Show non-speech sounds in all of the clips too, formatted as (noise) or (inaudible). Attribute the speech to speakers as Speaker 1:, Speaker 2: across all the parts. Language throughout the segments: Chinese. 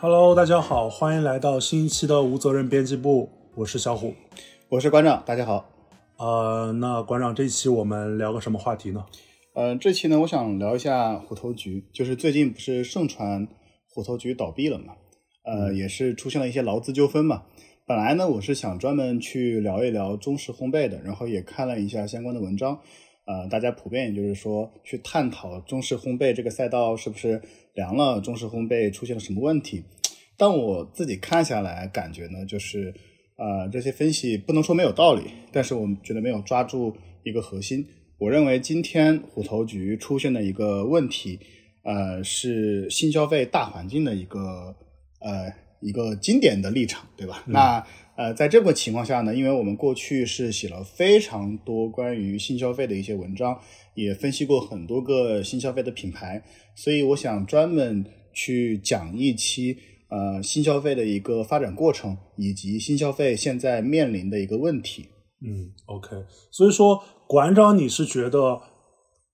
Speaker 1: Hello，大家好，欢迎来到新一期的无责任编辑部，我是小虎。
Speaker 2: 我是馆长，大家好。
Speaker 1: 呃，那馆长，这一期我们聊个什么话题呢？
Speaker 2: 呃，这期呢，我想聊一下虎头局，就是最近不是盛传虎头局倒闭了嘛，呃，也是出现了一些劳资纠纷嘛。本来呢，我是想专门去聊一聊中式烘焙的，然后也看了一下相关的文章，呃，大家普遍也就是说去探讨中式烘焙这个赛道是不是凉了，中式烘焙出现了什么问题。但我自己看下来，感觉呢，就是呃，这些分析不能说没有道理，但是我们觉得没有抓住一个核心。我认为今天虎头局出现的一个问题，呃，是新消费大环境的一个呃一个经典的立场，对吧？那呃，在这个情况下呢，因为我们过去是写了非常多关于新消费的一些文章，也分析过很多个新消费的品牌，所以我想专门去讲一期呃新消费的一个发展过程，以及新消费现在面临的一个问题。
Speaker 1: 嗯，OK。所以说，馆长，你是觉得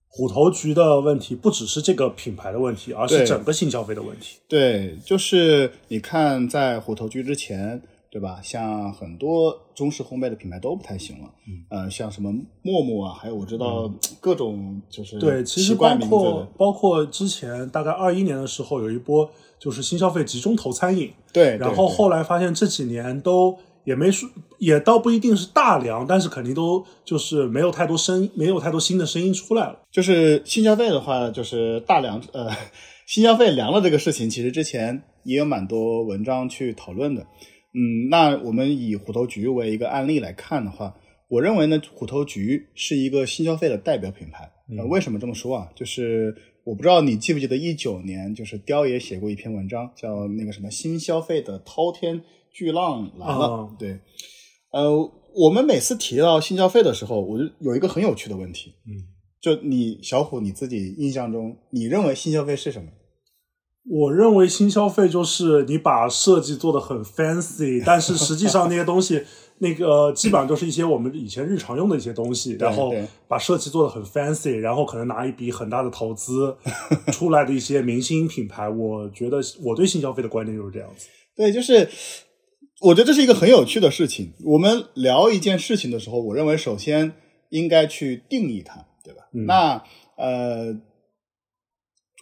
Speaker 1: 虎头局的问题不只是这个品牌的问题，而是
Speaker 2: 对
Speaker 1: 整个性消费的问题。
Speaker 2: 对，就是你看，在虎头局之前，对吧？像很多中式烘焙的品牌都不太行了，
Speaker 1: 嗯
Speaker 2: 呃，像什么陌陌啊，还有我知道各种就是
Speaker 1: 对，其实
Speaker 2: 奇怪
Speaker 1: 包
Speaker 2: 名字
Speaker 1: 括
Speaker 2: 的，
Speaker 1: 包括之前大概二一年的时候，有一波就是新消费集中投餐饮，
Speaker 2: 对，
Speaker 1: 然
Speaker 2: 哎对
Speaker 1: 后
Speaker 2: 对
Speaker 1: 后来发现这几年都也没说，也倒不一定是大凉，但是肯定都就是没有太多声，没有太多新的声音出来了。
Speaker 2: 就是新消费的话，就是大凉呃， (laughs) 新消费凉了这个事情，其实之前也有蛮多文章去讨论的。嗯，那我们以虎头局为一个案例来看的话，我认为呢，虎头局是一个新消费的代表品牌。呃
Speaker 1: 嗯
Speaker 2: 为什么这么说啊？就是我不知道你记不记得一九年，就是雕爷写过一篇文章，叫那个什么“新消费的滔天巨浪来了”
Speaker 1: 哦
Speaker 2: 对，呃，我们每次提到新消费的时候，我就有一个很有趣的问题，
Speaker 1: 嗯，
Speaker 2: 就你小虎你自己印象中，你认为新消费是什么？
Speaker 1: 我认为新消费就是你把设计做的很 fancy，但是实际上那些东西，那个、呃基本上就是一些我们以前日常用的一些东西，
Speaker 2: 对
Speaker 1: 然后
Speaker 2: 对
Speaker 1: 把设计做的很 fancy，然后可能拿一笔很大的投
Speaker 2: (laughs)
Speaker 1: 资出来的一些明星品牌。我觉得我对新消费的观点就是这样子。
Speaker 2: 对，就是我觉得这是一个很有趣的事情。我们聊一件事情的时候，我认为首先应该去定义它，对吧？
Speaker 1: 嗯
Speaker 2: 那呃，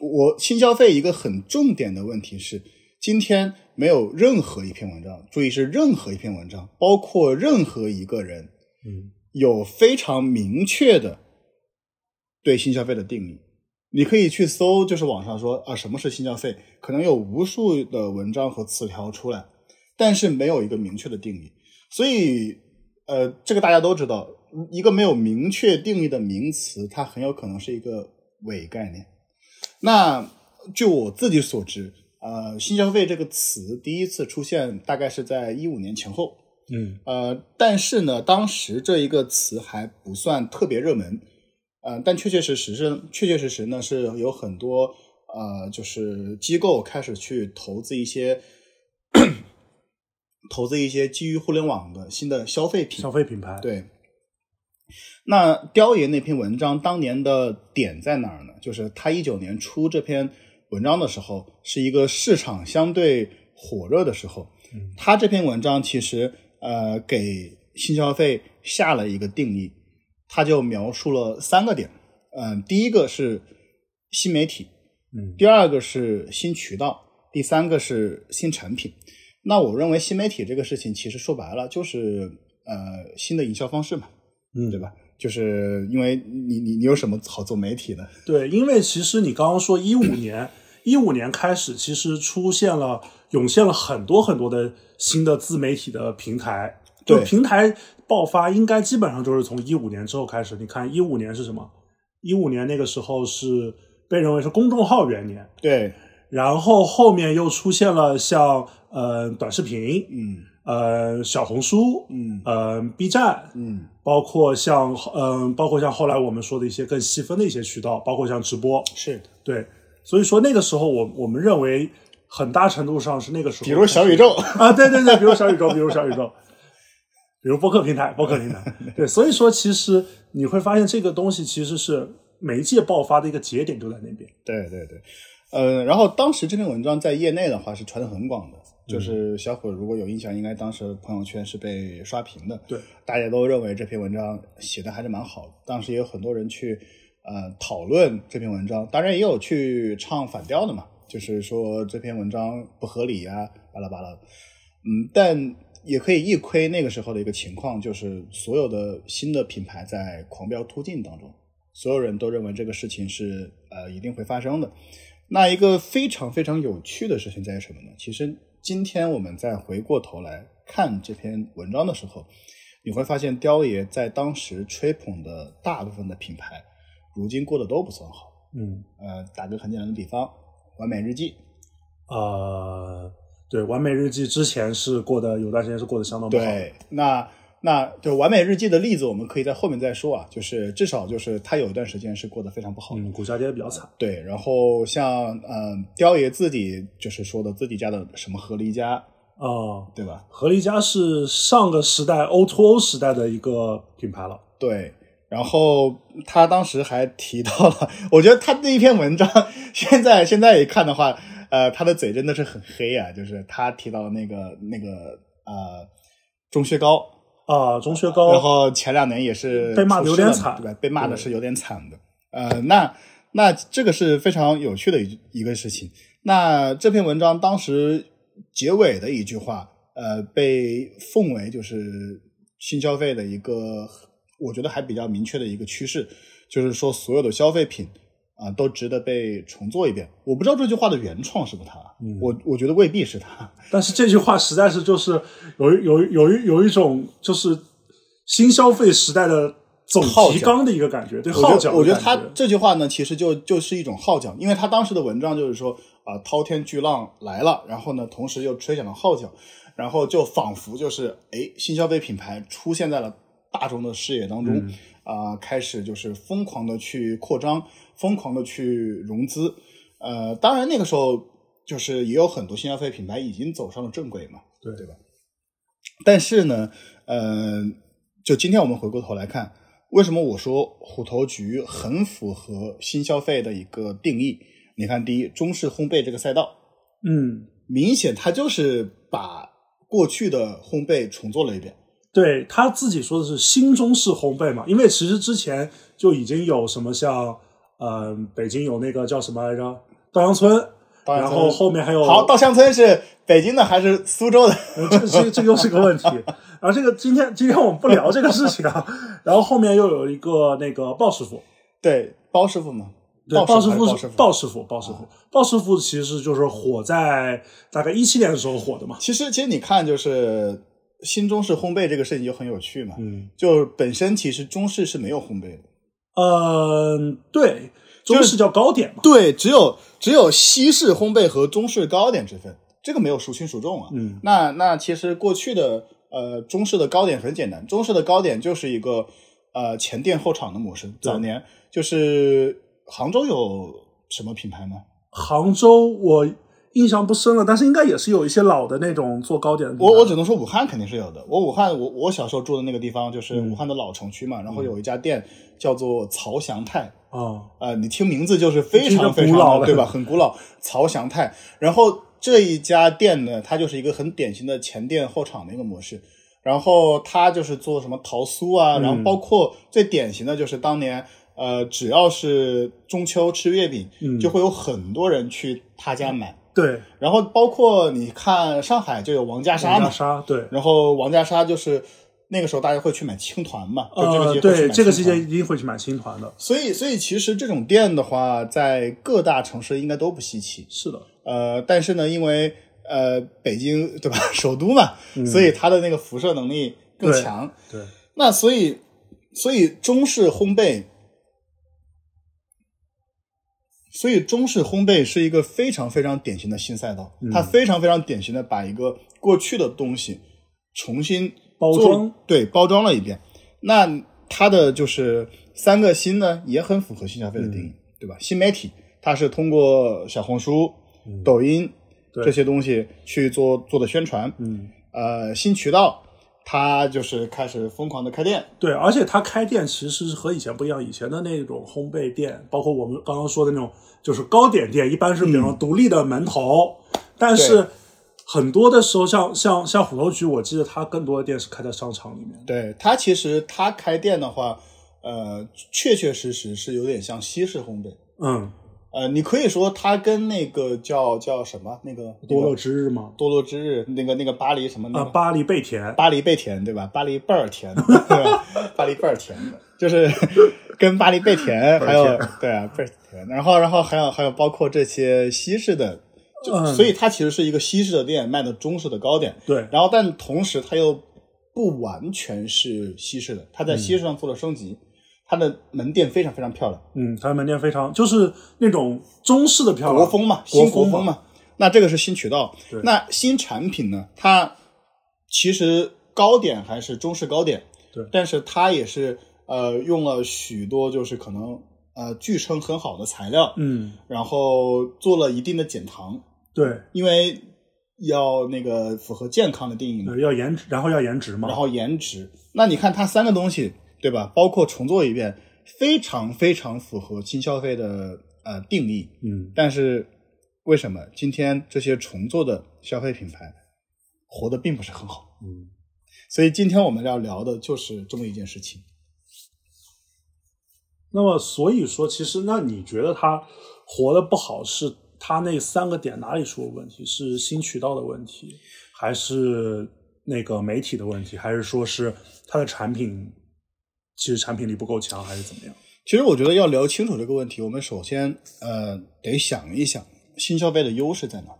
Speaker 2: 我新消费一个很重点的问题是，今天没有任何一篇文章，注意是任何一篇文章，包括任何一个人，
Speaker 1: 嗯
Speaker 2: 有非常明确的对新消费的定义。你可以去搜，就是网上说啊，什么是新消费，可能有无数的文章和词条出来，但是没有一个明确的定义。所以，呃，这个大家都知道，一个没有明确定义的名词，它很有可能是一个伪概念。那据我自己所知，呃，新消费这个词第一次出现大概是在一五年前后，
Speaker 1: 嗯
Speaker 2: 呃，但是呢，当时这一个词还不算特别热门，呃，但确确实实是确确实实呢是有很多呃，就是机构开始去投资一些 (coughs) 投资一些基于互联网的新的消费品
Speaker 1: 消费品牌，
Speaker 2: 对。那雕爷那篇文章当年的点在哪儿呢？就是他一九年出这篇文章的时候，是一个市场相对火热的时候。
Speaker 1: 嗯
Speaker 2: 他这篇文章其实呃给新消费下了一个定义，他就描述了三个点。嗯、第一个是新媒体，
Speaker 1: 嗯
Speaker 2: 第二个是新渠道，第三个是新产品。那我认为新媒体这个事情，其实说白了就是呃新的营销方式嘛，
Speaker 1: 嗯
Speaker 2: 对吧？就是因为你你你有什么好做媒体的？
Speaker 1: 对，因为其实你刚刚说一五年，一五年开始，其实出现了涌现了很多很多的新的自媒体的平台，就
Speaker 2: 对
Speaker 1: 平台爆发，应该基本上就是从一五年之后开始。你看一五年是什么？一五年那个时候是被认为是公众号元年，
Speaker 2: 对，
Speaker 1: 然后后面又出现了像呃短视频、
Speaker 2: 嗯
Speaker 1: 呃小红书、
Speaker 2: 嗯
Speaker 1: 呃 B 站，
Speaker 2: 嗯，
Speaker 1: 包括像嗯，包括像后来我们说的一些更细分的一些渠道，包括像直播，
Speaker 2: 是的，
Speaker 1: 对，所以说那个时候我我们认为很大程度上是那个时候，
Speaker 2: 比如小宇宙，
Speaker 1: 啊，对对对，比如小宇宙，比如小宇宙，比如播客平台，播客平台，对，所以说其实你会发现这个东西其实是媒介爆发的一个节点就在那边，
Speaker 2: 对对对，呃，然后当时这篇文章在业内的话是传的很广的，就是小伙如果有印象，应该当时朋友圈是被刷屏的。
Speaker 1: 对，
Speaker 2: 大家都认为这篇文章写的还是蛮好的，当时也有很多人去呃讨论这篇文章，当然也有去唱反调的嘛，就是说这篇文章不合理呀、巴拉巴拉。嗯，但也可以一窥那个时候的一个情况，就是所有的新的品牌在狂飙突进当中，所有人都认为这个事情是呃一定会发生的。那一个非常非常有趣的事情在于什么呢？其实今天我们再回过头来看这篇文章的时候，你会发现雕爷在当时吹捧的大部分的品牌，如今过得都不算好。
Speaker 1: 嗯，
Speaker 2: 呃，打个很简单的比方，完美日记，
Speaker 1: 呃，对，完美日记之前是过得有段时间是过得相当不好。
Speaker 2: 对，那那就完美日记的例子，我们可以在后面再说啊。就是至少就是他有一段时间是过得非常不好的。
Speaker 1: 嗯，股价跌得比较惨。
Speaker 2: 对，然后像呃雕爷自己就是说的自己家的什么合力家，
Speaker 1: 啊、
Speaker 2: 对吧？
Speaker 1: 合力家是上个时代 O to O 时代的一个品牌了。
Speaker 2: 对。然后他当时还提到了，我觉得他那一篇文章，现在现在一看的话，呃，他的嘴真的是很黑啊，就是他提到那个那个呃钟薛高，
Speaker 1: 啊，钟薛
Speaker 2: 然
Speaker 1: 高，
Speaker 2: 后前两年也是
Speaker 1: 被骂得有点惨
Speaker 2: 出事了嘛对吧？被骂的是有点惨的。呃，那那这个是非常有趣的一一个事情。那这篇文章当时结尾的一句话，呃，被奉为就是新消费的一个，我觉得还比较明确的一个趋势，就是说所有的消费品啊、都值得被重做一遍。我不知道这句话的原创是不是他，
Speaker 1: 嗯
Speaker 2: 我我觉得未必是他。
Speaker 1: 但是这句话实在是就是有一有一有一有一种就是新消费时代的总
Speaker 2: 号
Speaker 1: 提
Speaker 2: 角
Speaker 1: 纲的一个感觉，对号
Speaker 2: 我觉
Speaker 1: 角
Speaker 2: 得
Speaker 1: 的
Speaker 2: 我觉得
Speaker 1: 感
Speaker 2: 他这句话呢，其实就就是一种号角，因为他当时的文章就是说啊、滔天巨浪来了，然后呢，同时又吹响了号角，然后就仿佛就是哎，新消费品牌出现在了大众的视野当中
Speaker 1: 嗯
Speaker 2: 啊、开始就是疯狂的去扩张，疯狂的去融资，呃，当然那个时候就是也有很多新消费品牌已经走上了正轨嘛，
Speaker 1: 对
Speaker 2: 对吧？但是呢，呃，就今天我们回过头来看，为什么我说虎头局很符合新消费的一个定义？你看，第一，中式烘焙这个赛道，
Speaker 1: 嗯，
Speaker 2: 明显它就是把过去的烘焙重做了一遍。
Speaker 1: 对他自己说的是新中式烘焙嘛，因为其实之前就已经有什么像嗯、北京有那个叫什么来着稻香村，
Speaker 2: 稻香
Speaker 1: 然
Speaker 2: 村
Speaker 1: 后后面还有
Speaker 2: 好，稻香村是北京的还是苏州的？
Speaker 1: 呃这这这又是个问题。然后这个今天今天我们不聊这个事情啊，然后后面又有一个那个鲍师傅，
Speaker 2: 对，包师傅嘛，
Speaker 1: 对，鲍
Speaker 2: 鲍
Speaker 1: 师
Speaker 2: 傅啊还
Speaker 1: 傅
Speaker 2: 是
Speaker 1: 是
Speaker 2: 鲍
Speaker 1: 鲍
Speaker 2: 师
Speaker 1: 师
Speaker 2: 傅。
Speaker 1: 傅，鲍师傅，鲍师傅其实就是火在大概一七年的时候火的嘛。
Speaker 2: 其实，其实你看，就是新中式烘焙这个事情就很有趣嘛。
Speaker 1: 嗯，
Speaker 2: 就本身其实中式是没有烘焙的，
Speaker 1: 嗯，对，
Speaker 2: 就是
Speaker 1: 中式叫糕点嘛。
Speaker 2: 对，只有只有西式烘焙和中式糕点之分，这个没有孰轻孰重啊。
Speaker 1: 嗯，
Speaker 2: 那那其实过去的呃中式的糕点很简单，中式的糕点就是一个呃前店后厂的模式。早年就是杭州有什么品牌吗？
Speaker 1: 杭州我印象不深了，但是应该也是有一些老的那种做糕点的地方。
Speaker 2: 我我只能说武汉肯定是有的。我武汉我我小时候住的那个地方就是武汉的老城区嘛，然后有一家店叫做曹祥泰，
Speaker 1: 啊，
Speaker 2: 呃，你听名字就是非常非
Speaker 1: 听着古老
Speaker 2: 常
Speaker 1: 了
Speaker 2: 对吧？很古老，曹祥泰。然后这一家店呢，它就是一个很典型的前店后厂的一个模式。然后它就是做什么桃酥啊，
Speaker 1: 嗯
Speaker 2: 然后包括最典型的就是当年，呃，只要是中秋吃月饼，
Speaker 1: 嗯
Speaker 2: 就会有很多人去他家买。
Speaker 1: 对，
Speaker 2: 然后包括你看上海就有王家沙
Speaker 1: 长
Speaker 2: 嘛
Speaker 1: 沙，沙，对，
Speaker 2: 然后王家沙就是那个时候大家会去买青团嘛，就这个
Speaker 1: 呃，
Speaker 2: 节会去
Speaker 1: 对，
Speaker 2: 买
Speaker 1: 这个
Speaker 2: 青
Speaker 1: 季
Speaker 2: 团
Speaker 1: 节一定会去买青团的。
Speaker 2: 所以，所以其实这种店的话，在各大城市应该都不稀奇。
Speaker 1: 是的，
Speaker 2: 呃，但是呢，因为呃北京对吧， (laughs) 首都嘛，所以它的那个辐射能力更
Speaker 1: 对
Speaker 2: 强。
Speaker 1: 对，
Speaker 2: 那所以，所以中式烘焙，所以中式烘焙是一个非常非常典型的新赛
Speaker 1: 嗯
Speaker 2: 道，它非常非常典型的把一个过去的东西重新
Speaker 1: 包
Speaker 2: 做
Speaker 1: 装，
Speaker 2: 对，包装了一遍。那它的就是三个新呢，也很符合新消费的定义，
Speaker 1: 嗯
Speaker 2: 对吧？新媒体它是通过小红书、抖音
Speaker 1: 嗯对
Speaker 2: 这些东西去做做的宣传，
Speaker 1: 嗯，
Speaker 2: 呃，新渠道，他就是开始疯狂的开店，
Speaker 1: 对，而且它开店其实是和以前不一样，以前的那种烘焙店，包括我们刚刚说的那种，就是糕点店，一般是比方独立的门头，但是
Speaker 2: 嗯对
Speaker 1: 很多的时候像，像像虎头局，我记得它更多的店是开在商场里面。
Speaker 2: 对他其实他开店的话，呃，确确实实是有点像西式烘焙。
Speaker 1: 嗯，
Speaker 2: 呃，你可以说它跟那个叫叫什么那个
Speaker 1: 多乐
Speaker 2: 之
Speaker 1: 之日嘛，
Speaker 2: 多洛之日那个那个巴黎什么那
Speaker 1: 啊，
Speaker 2: 个、
Speaker 1: 巴黎贝甜，
Speaker 2: 巴黎贝甜对吧？巴黎倍儿 (laughs) 甜，对吧？巴黎倍儿甜的，就是 (laughs) 跟巴黎贝甜还有对啊倍儿甜，然后然后还有还有包括这些西式的，就、
Speaker 1: 嗯
Speaker 2: 所以它其实是一个西式的店卖的中式的糕点，
Speaker 1: 对，
Speaker 2: 然后但同时它又不完全是西式的，它在西式上做了升级，它的门店非常非常漂亮，
Speaker 1: 嗯，它的门店非常就是那种中式的漂亮
Speaker 2: 国风嘛，
Speaker 1: 国
Speaker 2: 新国
Speaker 1: 风
Speaker 2: 风嘛。那这个是新渠道
Speaker 1: 对，
Speaker 2: 那新产品呢？它其实糕点还是中式糕点，
Speaker 1: 对
Speaker 2: 但是它也是呃用了许多就是可能呃据称很好的材料，
Speaker 1: 嗯，
Speaker 2: 然后做了一定的减糖，
Speaker 1: 对，
Speaker 2: 因为要那个符合健康的定义嘛。
Speaker 1: 呃要颜值，然后要颜值嘛
Speaker 2: 然，后颜值。那你看它三个东西，对吧？包括重做一遍，非常非常符合新消费的呃定义。
Speaker 1: 嗯，
Speaker 2: 但是为什么今天这些重做的消费品牌活得并不是很好？
Speaker 1: 嗯，
Speaker 2: 所以今天我们要聊的就是这么一件事情。
Speaker 1: 那么所以说，其实那你觉得他活得不好，是他那三个点哪里出了问题？是新渠道的问题，还是那个媒体的问题，还是说是他的产品其实产品力不够强，还是怎么样？
Speaker 2: 其实我觉得要聊清楚这个问题，我们首先呃得想一想新消费的优势在哪儿。。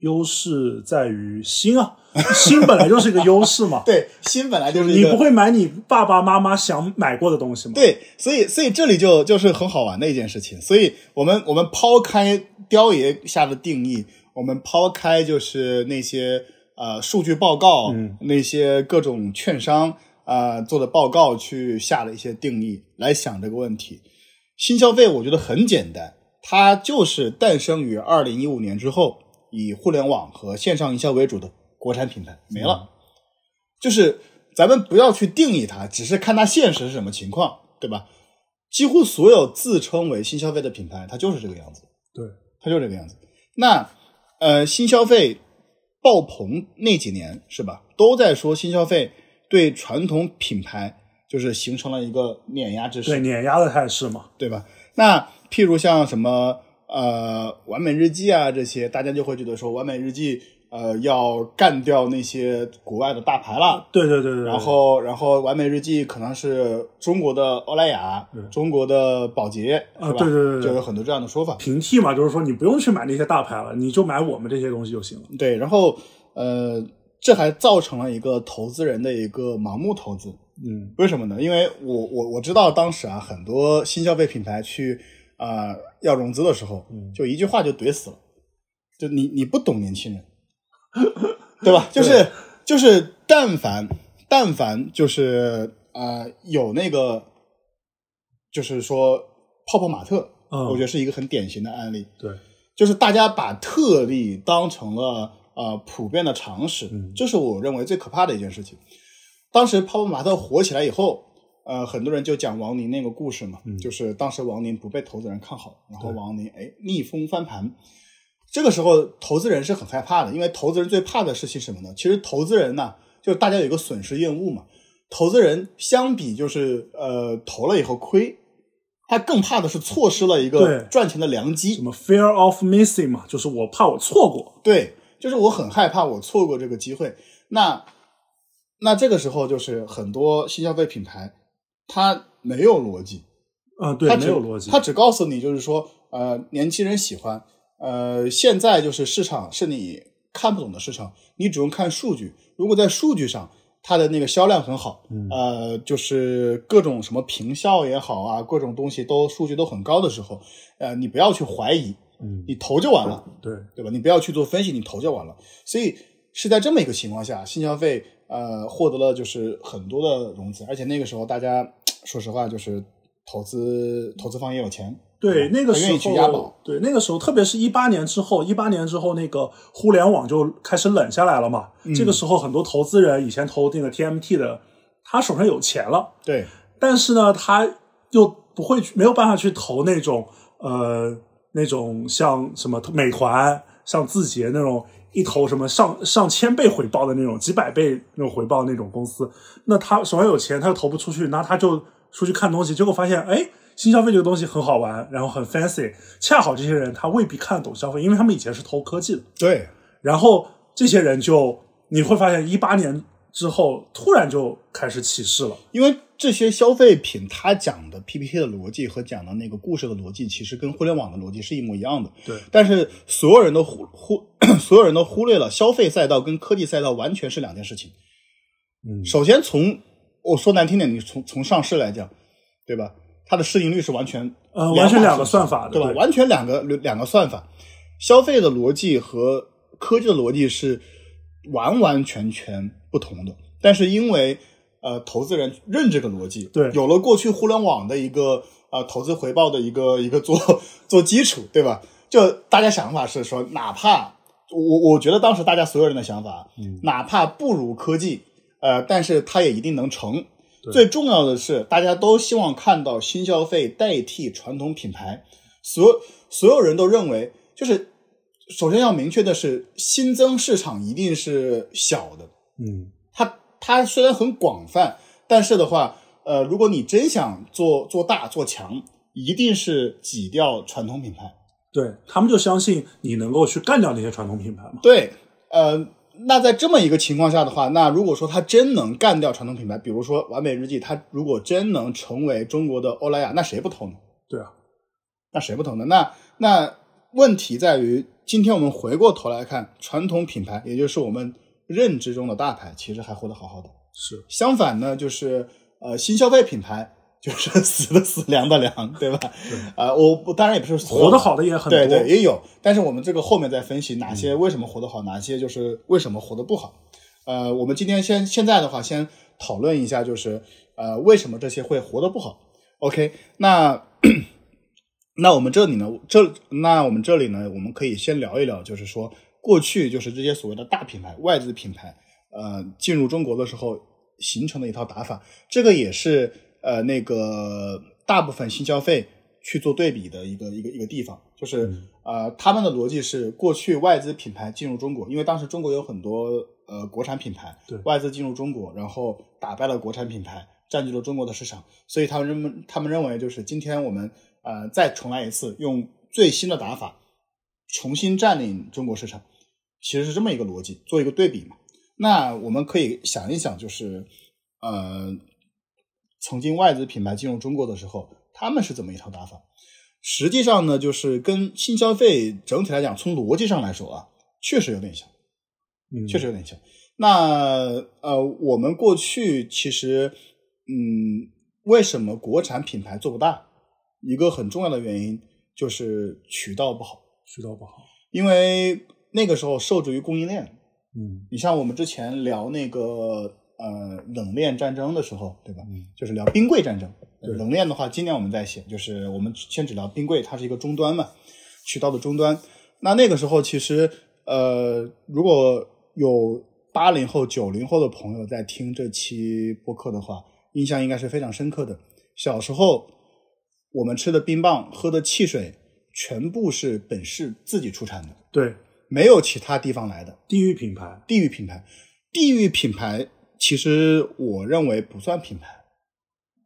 Speaker 1: 优势在于新啊，新本来就是一个优势嘛
Speaker 2: (laughs) 对，新本来就是一
Speaker 1: 你
Speaker 2: 个
Speaker 1: 不会买你爸爸妈妈想买过的东西吗？，
Speaker 2: 对，所以所以这里就就是很好玩的一件事情。所以我们我们抛开雕爷下的定义，我们抛开就是那些呃数据报告，
Speaker 1: 嗯
Speaker 2: 那些各种券商啊、呃做的报告去下的一些定义来想这个问题。新消费我觉得很简单，它就是诞生于二零一五年之后，以互联网和线上营销为主的国产品牌没了。就是咱们不要去定义它，只是看它现实是什么情况，对吧？几乎所有自称为新消费的品牌，它就是这个样子，
Speaker 1: 对，
Speaker 2: 它就是这个样子。那呃，新消费爆棚那几年是吧，都在说新消费对传统品牌就是形成了一个碾压之势，
Speaker 1: 对，碾压的态势嘛。
Speaker 2: 对吧？那譬如像什么呃完美日记啊这些，大家就会觉得说完美日记呃要干掉那些国外的大牌了，
Speaker 1: 对对对对。对
Speaker 2: 然后然后完美日记可能是中国的欧莱雅，中国的宝洁，
Speaker 1: 啊
Speaker 2: 是吧
Speaker 1: 对对对对
Speaker 2: 就有很多这样的说法。
Speaker 1: 平替嘛，就是说你不用去买那些大牌了，你就买我们这些东西就行了。
Speaker 2: 对，然后呃，这还造成了一个投资人的一个盲目投资，
Speaker 1: 嗯，
Speaker 2: 为什么呢？因为我我我知道当时啊，很多新消费品牌去啊、呃要融资的时候，就一句话就怼死了，就你你不懂年轻人，对吧？就是就是，但凡但凡就是啊、呃有那个，就是说泡泡玛特，
Speaker 1: 嗯
Speaker 2: 我觉得是一个很典型的案例，
Speaker 1: 对，
Speaker 2: 就是大家把特例当成了呃普遍的常识，
Speaker 1: 嗯
Speaker 2: 这是我认为最可怕的一件事情。当时泡泡玛特火起来以后，呃，很多人就讲王宁那个故事嘛，
Speaker 1: 嗯
Speaker 2: 就是当时王宁不被投资人看好，然后
Speaker 1: 对
Speaker 2: 王宁哎逆风翻盘。这个时候，投资人是很害怕的，因为投资人最怕的事情是什么呢？其实投资人呢、就是大家有一个损失厌恶嘛。投资人相比就是呃投了以后亏，他更怕的是错失了一个
Speaker 1: 对
Speaker 2: 赚钱的良机
Speaker 1: 什。么 fear of missing 嘛，就是我怕我错过。
Speaker 2: 对，就是我很害怕我错过这个机会。那那这个时候就是很多新消费品牌，它没有逻辑，
Speaker 1: 啊、对
Speaker 2: 它，
Speaker 1: 没
Speaker 2: 只
Speaker 1: 有逻辑。
Speaker 2: 它只告诉你就是说，呃，年轻人喜欢，呃，现在就是市场是你看不懂的市场，你只用看数据。如果在数据上，它的那个销量很好，
Speaker 1: 嗯
Speaker 2: 呃，就是各种什么评效也好啊，各种东西都数据都很高的时候，呃，你不要去怀疑，
Speaker 1: 嗯，
Speaker 2: 你投就完了。
Speaker 1: 对，
Speaker 2: 对吧？你不要去做分析，你投就完了。所以是在这么一个情况下，新消费呃获得了就是很多的融资，而且那个时候大家说实话就是投资投资方也有钱，
Speaker 1: 对，那个
Speaker 2: 他
Speaker 1: 时
Speaker 2: 愿意去押宝
Speaker 1: 候，对那个时候，特别是一八年之后，一八年之后，那个互联网就开始冷下来了嘛。
Speaker 2: 嗯
Speaker 1: 这个时候，很多投资人以前投那个 TMT 的，他手上有钱了，
Speaker 2: 对，
Speaker 1: 但是呢，他又不会去没有办法去投那种呃那种像什么美团、像字节那种一投什么上上千倍回报的那种、几百倍那种回报那种公司。那他手上有钱，他又投不出去，那他就出去看东西，结果发现哎。新消费这个东西很好玩，然后很 fancy，恰好这些人他未必看得懂消费，因为他们以前是投科技的，
Speaker 2: 对，
Speaker 1: 然后这些人就你会发现，一八年之后突然就开始起势了。
Speaker 2: 因为这些消费品，它讲的 PPT 的逻辑和讲的那个故事的逻辑，其实跟互联网的逻辑是一模一样的。
Speaker 1: 对
Speaker 2: 但是所有人都忽忽， (coughs) 所有人都忽略了消费赛道跟科技赛道完全是两件事情。
Speaker 1: 嗯
Speaker 2: 首先从我说难听点，你从从上市来讲，对吧？它的市盈率是完全
Speaker 1: 呃，
Speaker 2: 两
Speaker 1: 完全
Speaker 2: 码
Speaker 1: 两
Speaker 2: 事
Speaker 1: 个
Speaker 2: 情
Speaker 1: 算法的，
Speaker 2: 对吧？完全两个两个算法，消费的逻辑和科技的逻辑是完完全全不同的。但是因为呃，投资人认这个逻辑，
Speaker 1: 对
Speaker 2: 有了过去互联网的一个呃投资回报的一个一个做做基础，对吧？就大家想法是说，哪怕我我觉得当时大家所有人的想法，
Speaker 1: 嗯
Speaker 2: 哪怕不如科技，呃，但是它也一定能成。
Speaker 1: 对
Speaker 2: 最重要的是，大家都希望看到新消费代替传统品牌，所所有人都认为，就是首先要明确的是，新增市场一定是小的，
Speaker 1: 嗯，
Speaker 2: 它它虽然很广泛，但是的话，呃，如果你真想做做大做强，一定是挤掉传统品牌。
Speaker 1: 对他们就相信你能够去干掉那些传统品牌嘛。
Speaker 2: 对，呃，那在这么一个情况下的话，那如果说它真能干掉传统品牌，比如说完美日记，它如果真能成为中国的欧莱雅，那谁不投呢？
Speaker 1: 对啊，
Speaker 2: 那谁不投呢？那那问题在于，今天我们回过头来看，传统品牌，也就是我们认知中的大牌，其实还活得好好的。
Speaker 1: 是
Speaker 2: 相反呢，就是呃新消费品牌。就是 (laughs) 死的死，凉的凉，对吧？啊、我我当然也不是所有
Speaker 1: 活得好的也很多，
Speaker 2: 对对，也有。但是我们这个后面再分析哪些为什么活得好，哪些就是为什么活得不好。呃，我们今天先现在的话，先讨论一下，就是呃，为什么这些会活得不好？OK，那 (coughs) 那我们这里呢，这那我们这里呢，我们可以先聊一聊，就是说过去就是这些所谓的大品牌、外资品牌，呃，进入中国的时候形成的一套打法，这个也是呃那个大部分新消费去做对比的一个一个一个地方，就是、呃他们的逻辑是过去外资品牌进入中国，因为当时中国有很多呃国产品牌
Speaker 1: 对，
Speaker 2: 外资进入中国，然后打败了国产品牌，占据了中国的市场，所以他们认为他们认为就是今天我们呃再重来一次，用最新的打法重新占领中国市场，其实是这么一个逻辑，做一个对比嘛。那我们可以想一想，就是呃，曾经外资品牌进入中国的时候，他们是怎么一套打法？实际上呢，就是跟新消费整体来讲，从逻辑上来说啊，确实有点像。
Speaker 1: 嗯
Speaker 2: 确实有点像。那呃，我们过去其实，嗯，为什么国产品牌做不大？一个很重要的原因就是渠道不好，
Speaker 1: 渠道不好。
Speaker 2: 因为那个时候受制于供应链。
Speaker 1: 嗯
Speaker 2: 你像我们之前聊那个呃冷链战争的时候，对吧？
Speaker 1: 嗯
Speaker 2: 就是聊冰柜战争。
Speaker 1: 对
Speaker 2: 冷链的话，今年我们在写，就是我们先只聊冰柜，它是一个终端嘛，渠道的终端。那那个时候其实呃，如果有八零后、九零后的朋友在听这期播客的话，印象应该是非常深刻的。小时候我们吃的冰棒、喝的汽水，全部是本市自己出产的，
Speaker 1: 对，
Speaker 2: 没有其他地方来的。
Speaker 1: 地域品牌，
Speaker 2: 地域品牌，地域品牌其实我认为不算品牌，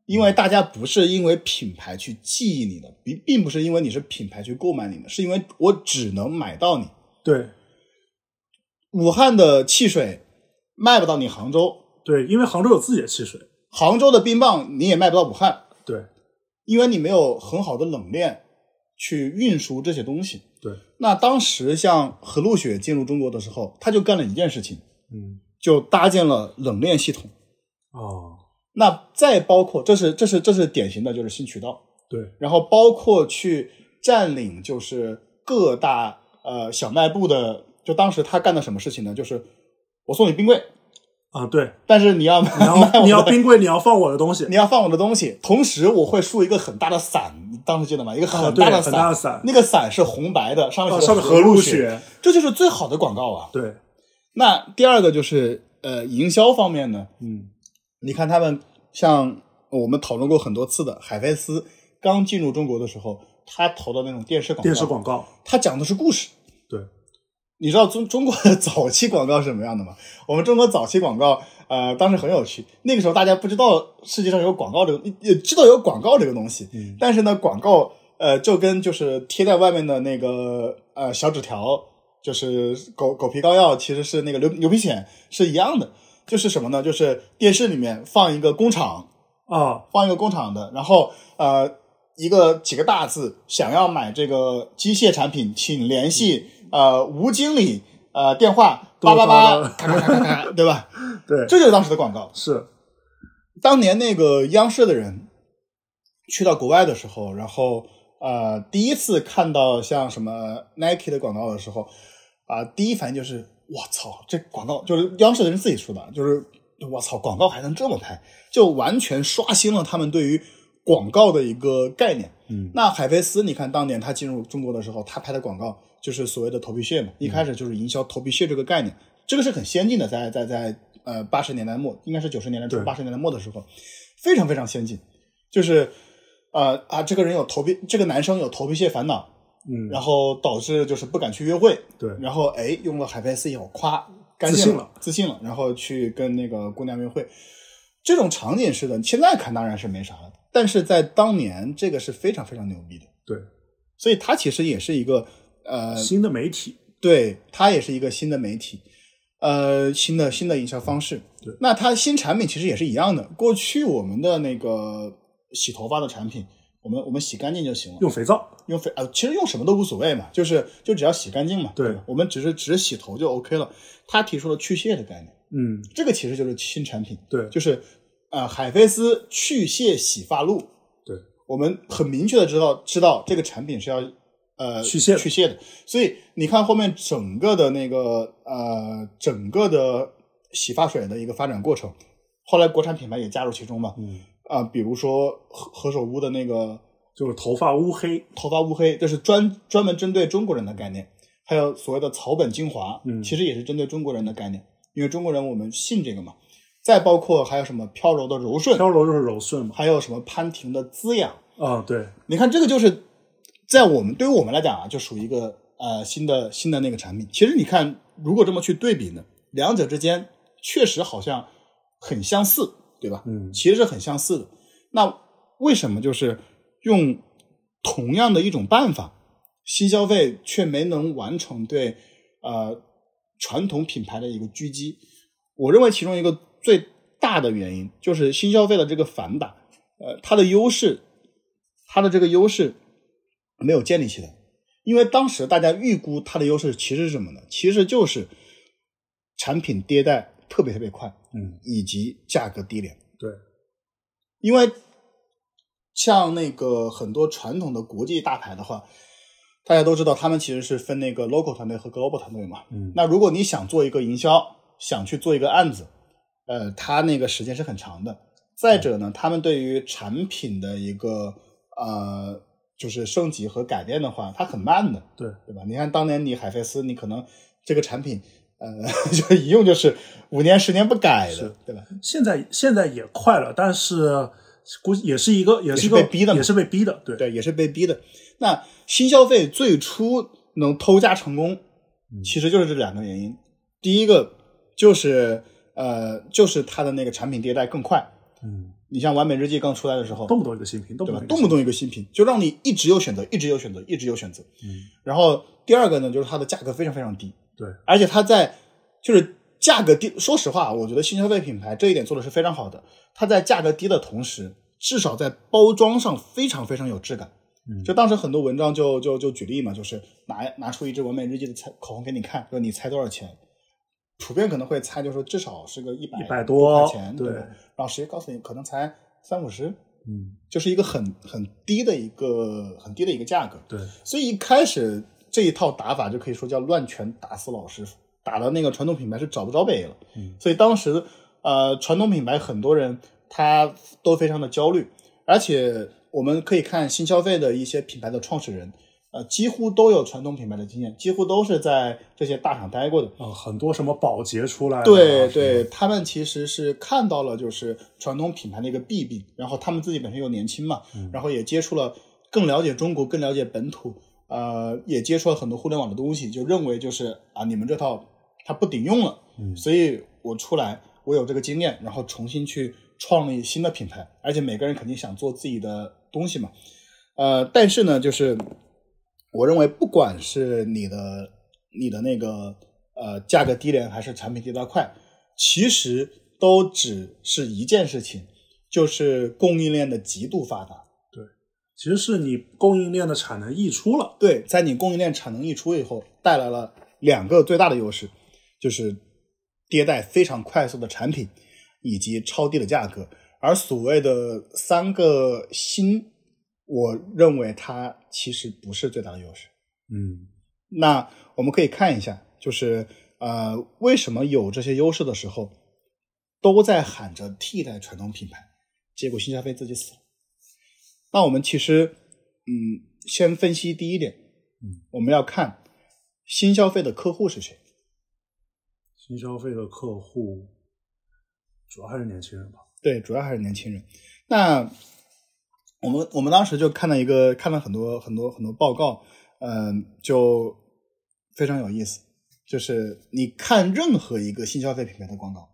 Speaker 2: 因为大家不是因为品牌去记忆你的，并并不是因为你是品牌去购买你的，是因为我只能买到你。
Speaker 1: 对
Speaker 2: 武汉的汽水卖不到你杭州，
Speaker 1: 对，因为杭州有自己的汽水，
Speaker 2: 杭州的冰棒你也卖不到武汉，
Speaker 1: 对
Speaker 2: 因为你没有很好的冷链去运输这些东西。
Speaker 1: 对，
Speaker 2: 那当时像何路雪进入中国的时候，他就干了一件事情，
Speaker 1: 嗯
Speaker 2: 就搭建了冷链系统。
Speaker 1: 哦，
Speaker 2: 那再包括，这是这是这是典型的就是新渠道，
Speaker 1: 对
Speaker 2: 然后包括去占领就是各大呃小卖部的，就当时他干的什么事情呢？就是我送你冰柜，
Speaker 1: 啊，对，
Speaker 2: 但是你要你
Speaker 1: 你
Speaker 2: (laughs)
Speaker 1: 要你要冰柜，你要放我的东西
Speaker 2: 你，要放我的东西，同时我会竖一个很大的伞，你当时记得吗？一个
Speaker 1: 啊
Speaker 2: 很
Speaker 1: 对
Speaker 2: 大的
Speaker 1: 很
Speaker 2: 伞，
Speaker 1: 大的伞
Speaker 2: 那个伞是红白的，上面
Speaker 1: 啊
Speaker 2: 写
Speaker 1: 上
Speaker 2: 着
Speaker 1: 面和
Speaker 2: 路
Speaker 1: 路
Speaker 2: 雪，
Speaker 1: 雪，
Speaker 2: 这就是最好的广告啊。
Speaker 1: 对，
Speaker 2: 那第二个就是呃，营销方面呢，
Speaker 1: 嗯
Speaker 2: 你看他们像我们讨论过很多次的海飞丝，刚进入中国的时候，他投的那种电视广告，
Speaker 1: 电视广告，
Speaker 2: 他讲的是故事。
Speaker 1: 对，
Speaker 2: 你知道中中国的早期广告是什么样的吗？我们中国早期广告，呃，当时很有趣。那个时候大家不知道世界上有广告这个，也知道有广告这个东西，
Speaker 1: 嗯
Speaker 2: 但是呢，广告呃就跟就是贴在外面的那个呃小纸条，就是狗狗皮膏药，其实是那个牛牛皮癣是一样的。就是什么呢？就是电视里面放一个工厂，
Speaker 1: 啊，
Speaker 2: 放一个工厂的，然后呃一个几个大字，想要买这个机械产品，请联系呃吴经理呃电话
Speaker 1: 嗯多
Speaker 2: 八八八，
Speaker 1: 多
Speaker 2: 咔咔咔咔咔，对吧？
Speaker 1: (laughs) 对，
Speaker 2: 这就是当时的广告。
Speaker 1: 是
Speaker 2: 当年那个央视的人去到国外的时候，然后呃第一次看到像什么 Nike 的广告的时候，啊、第一反应就是我操，这广告就是央视的人自己说的，就是我操，广告还能这么拍，就完全刷新了他们对于广告的一个概念。
Speaker 1: 嗯
Speaker 2: 那海飞丝，你看当年他进入中国的时候，他拍的广告就是所谓的头皮屑嘛，一开始就是营销头皮屑这个概念，这个是很先进的，在在在呃八十年代末，应该是九十年代初
Speaker 1: 对
Speaker 2: 八十年代末的时候，非常非常先进，就是呃啊这个人有头皮，这个男生有头皮屑烦恼，
Speaker 1: 嗯，
Speaker 2: 然后导致就是不敢去约会，
Speaker 1: 对
Speaker 2: 然后哎用了海飞丝以后，夸干
Speaker 1: 自
Speaker 2: 净
Speaker 1: 信
Speaker 2: 了，自信了，然后去跟那个姑娘约会，这种场景式的，现在看当然是没啥了，但是在当年这个是非常非常牛逼的，
Speaker 1: 对，
Speaker 2: 所以它其实也是一个呃，
Speaker 1: 新的媒体，
Speaker 2: 对，它也是一个新的媒体，呃，新的新的营销方式。
Speaker 1: 对，
Speaker 2: 那它新产品其实也是一样的，过去我们的那个洗头发的产品，我们我们洗干净就行了，
Speaker 1: 用肥皂，
Speaker 2: 用肥啊，其实用什么都无所谓嘛，就是就只要洗干净嘛。
Speaker 1: 对
Speaker 2: 吧我们只是只是洗头就 OK 了。他提出了去屑的概念，
Speaker 1: 嗯，
Speaker 2: 这个其实就是新产品，
Speaker 1: 对，
Speaker 2: 就是呃海飞丝去屑洗发露。
Speaker 1: 对，
Speaker 2: 我们很明确的知道知道这个产品是要呃
Speaker 1: 去屑的
Speaker 2: 去屑的，所以你看后面整个的那个呃整个的洗发水的一个发展过程，后来国产品牌也加入其中嘛，
Speaker 1: 嗯，
Speaker 2: 啊、比如说何何首乌的那个
Speaker 1: 就是头发乌黑，
Speaker 2: 头发乌黑，这是专专门针对中国人的概念。还有所谓的草本精华，
Speaker 1: 嗯
Speaker 2: 其实也是针对中国人的概念，因为中国人我们信这个嘛。再包括还有什么飘柔的柔顺，
Speaker 1: 飘柔就是柔顺嘛，
Speaker 2: 还有什么潘婷的滋养，
Speaker 1: 啊，对，
Speaker 2: 你看这个就是在我们对于我们来讲啊，就属于一个呃新的新的那个产品。其实你看，如果这么去对比呢，两者之间确实好像很相似，对吧？
Speaker 1: 嗯
Speaker 2: 其实是很相似的。那为什么就是用同样的一种办法，新消费却没能完成对呃传统品牌的一个狙击？我认为其中一个最大的原因就是新消费的这个反打，呃，它的优势，它的这个优势没有建立起来，因为当时大家预估它的优势其实是什么呢？其实就是产品迭代特别特别快，
Speaker 1: 嗯，
Speaker 2: 以及价格低廉。
Speaker 1: 对，
Speaker 2: 因为像那个很多传统的国际大牌的话，大家都知道他们其实是分那个 local 团队和 global 团队嘛。
Speaker 1: 嗯，
Speaker 2: 那如果你想做一个营销，想去做一个案子，呃，它那个时间是很长的。再者呢，他们对于产品的一个呃，就是升级和改变的话，它很慢的，
Speaker 1: 对，
Speaker 2: 对吧？你看当年你海飞丝，你可能这个产品，呃， (laughs) 就一用就是五年十年不改的
Speaker 1: 是，
Speaker 2: 对吧？
Speaker 1: 现在现在也快了，但是估计也是一个也是一个
Speaker 2: 也是被逼的嘛
Speaker 1: 也是被逼的，对，
Speaker 2: 对，也是被逼的。那新消费最初能偷家成功，其实就是这两个原因。第一个就是呃，就是它的那个产品迭代更快。
Speaker 1: 嗯，
Speaker 2: 你像完美日记刚出来的时候，
Speaker 1: 动不动一个新品，动不
Speaker 2: 对
Speaker 1: 动？
Speaker 2: 吧
Speaker 1: 一个
Speaker 2: 动
Speaker 1: 新
Speaker 2: 不动一个新品，就让你一直有选择，一直有选择，一直有选择。
Speaker 1: 品，
Speaker 2: 然后第二个呢，就是它的价格非常非常低，
Speaker 1: 嗯对，
Speaker 2: 而且它在就是价格低，说实话，我觉得新消费品牌这一点做的是非常好的。它在价格低的同时，至少在包装上非常非常有质感。
Speaker 1: 嗯
Speaker 2: 就当时很多文章就就就举例嘛，就是拿拿出一支完美日记的猜口红给你看，说你猜多少钱，普遍可能会猜，就是说至少是个一百
Speaker 1: 100多
Speaker 2: 块钱，
Speaker 1: 对
Speaker 2: 吧然后实际告诉你可能才三五十，
Speaker 1: 嗯
Speaker 2: 就是一个很很低的一个很低的一个价格。
Speaker 1: 对，
Speaker 2: 所以一开始这一套打法就可以说叫乱拳打死老师傅。打到那个传统品牌是找不着北了。
Speaker 1: 嗯
Speaker 2: 所以当时呃，传统品牌很多人他都非常的焦虑，而且我们可以看新消费的一些品牌的创始人，呃，几乎都有传统品牌的经验，几乎都是在这些大厂待过的。
Speaker 1: 呃，很多什么保洁出来的啊，
Speaker 2: 对
Speaker 1: 什么
Speaker 2: 对，他们其实是看到了就是传统品牌的一个弊病，然后他们自己本身又年轻嘛，然后也接触了，更了解中国，更了解本土，呃，也接触了很多互联网的东西，就认为就是啊，你们这套它不顶用了，
Speaker 1: 嗯
Speaker 2: 所以我出来，我有这个经验，然后重新去创立新的品牌，而且每个人肯定想做自己的东西嘛，呃，但是呢，就是我认为，不管是你的你的那个呃价格低廉，还是产品迭代快，其实都只是一件事情，就是供应链的极度发达。
Speaker 1: 其实是你供应链的产能溢出了，
Speaker 2: 对，在你供应链产能溢出以后，带来了两个最大的优势，就是迭代非常快速的产品，以及超低的价格。而所谓的三个新，我认为它其实不是最大的优势。
Speaker 1: 嗯
Speaker 2: 那我们可以看一下，就是呃，为什么有这些优势的时候，都在喊着替代传统品牌，结果新消费自己死了。那我们其实，嗯，先分析第一点，
Speaker 1: 嗯，
Speaker 2: 我们要看新消费的客户是谁。
Speaker 1: 新消费的客户主要还是年轻人吧，
Speaker 2: 对，主要还是年轻人。那我们我们当时就看到一个看了很多很多很多报告，嗯、就非常有意思。就是你看任何一个新消费品牌的广告，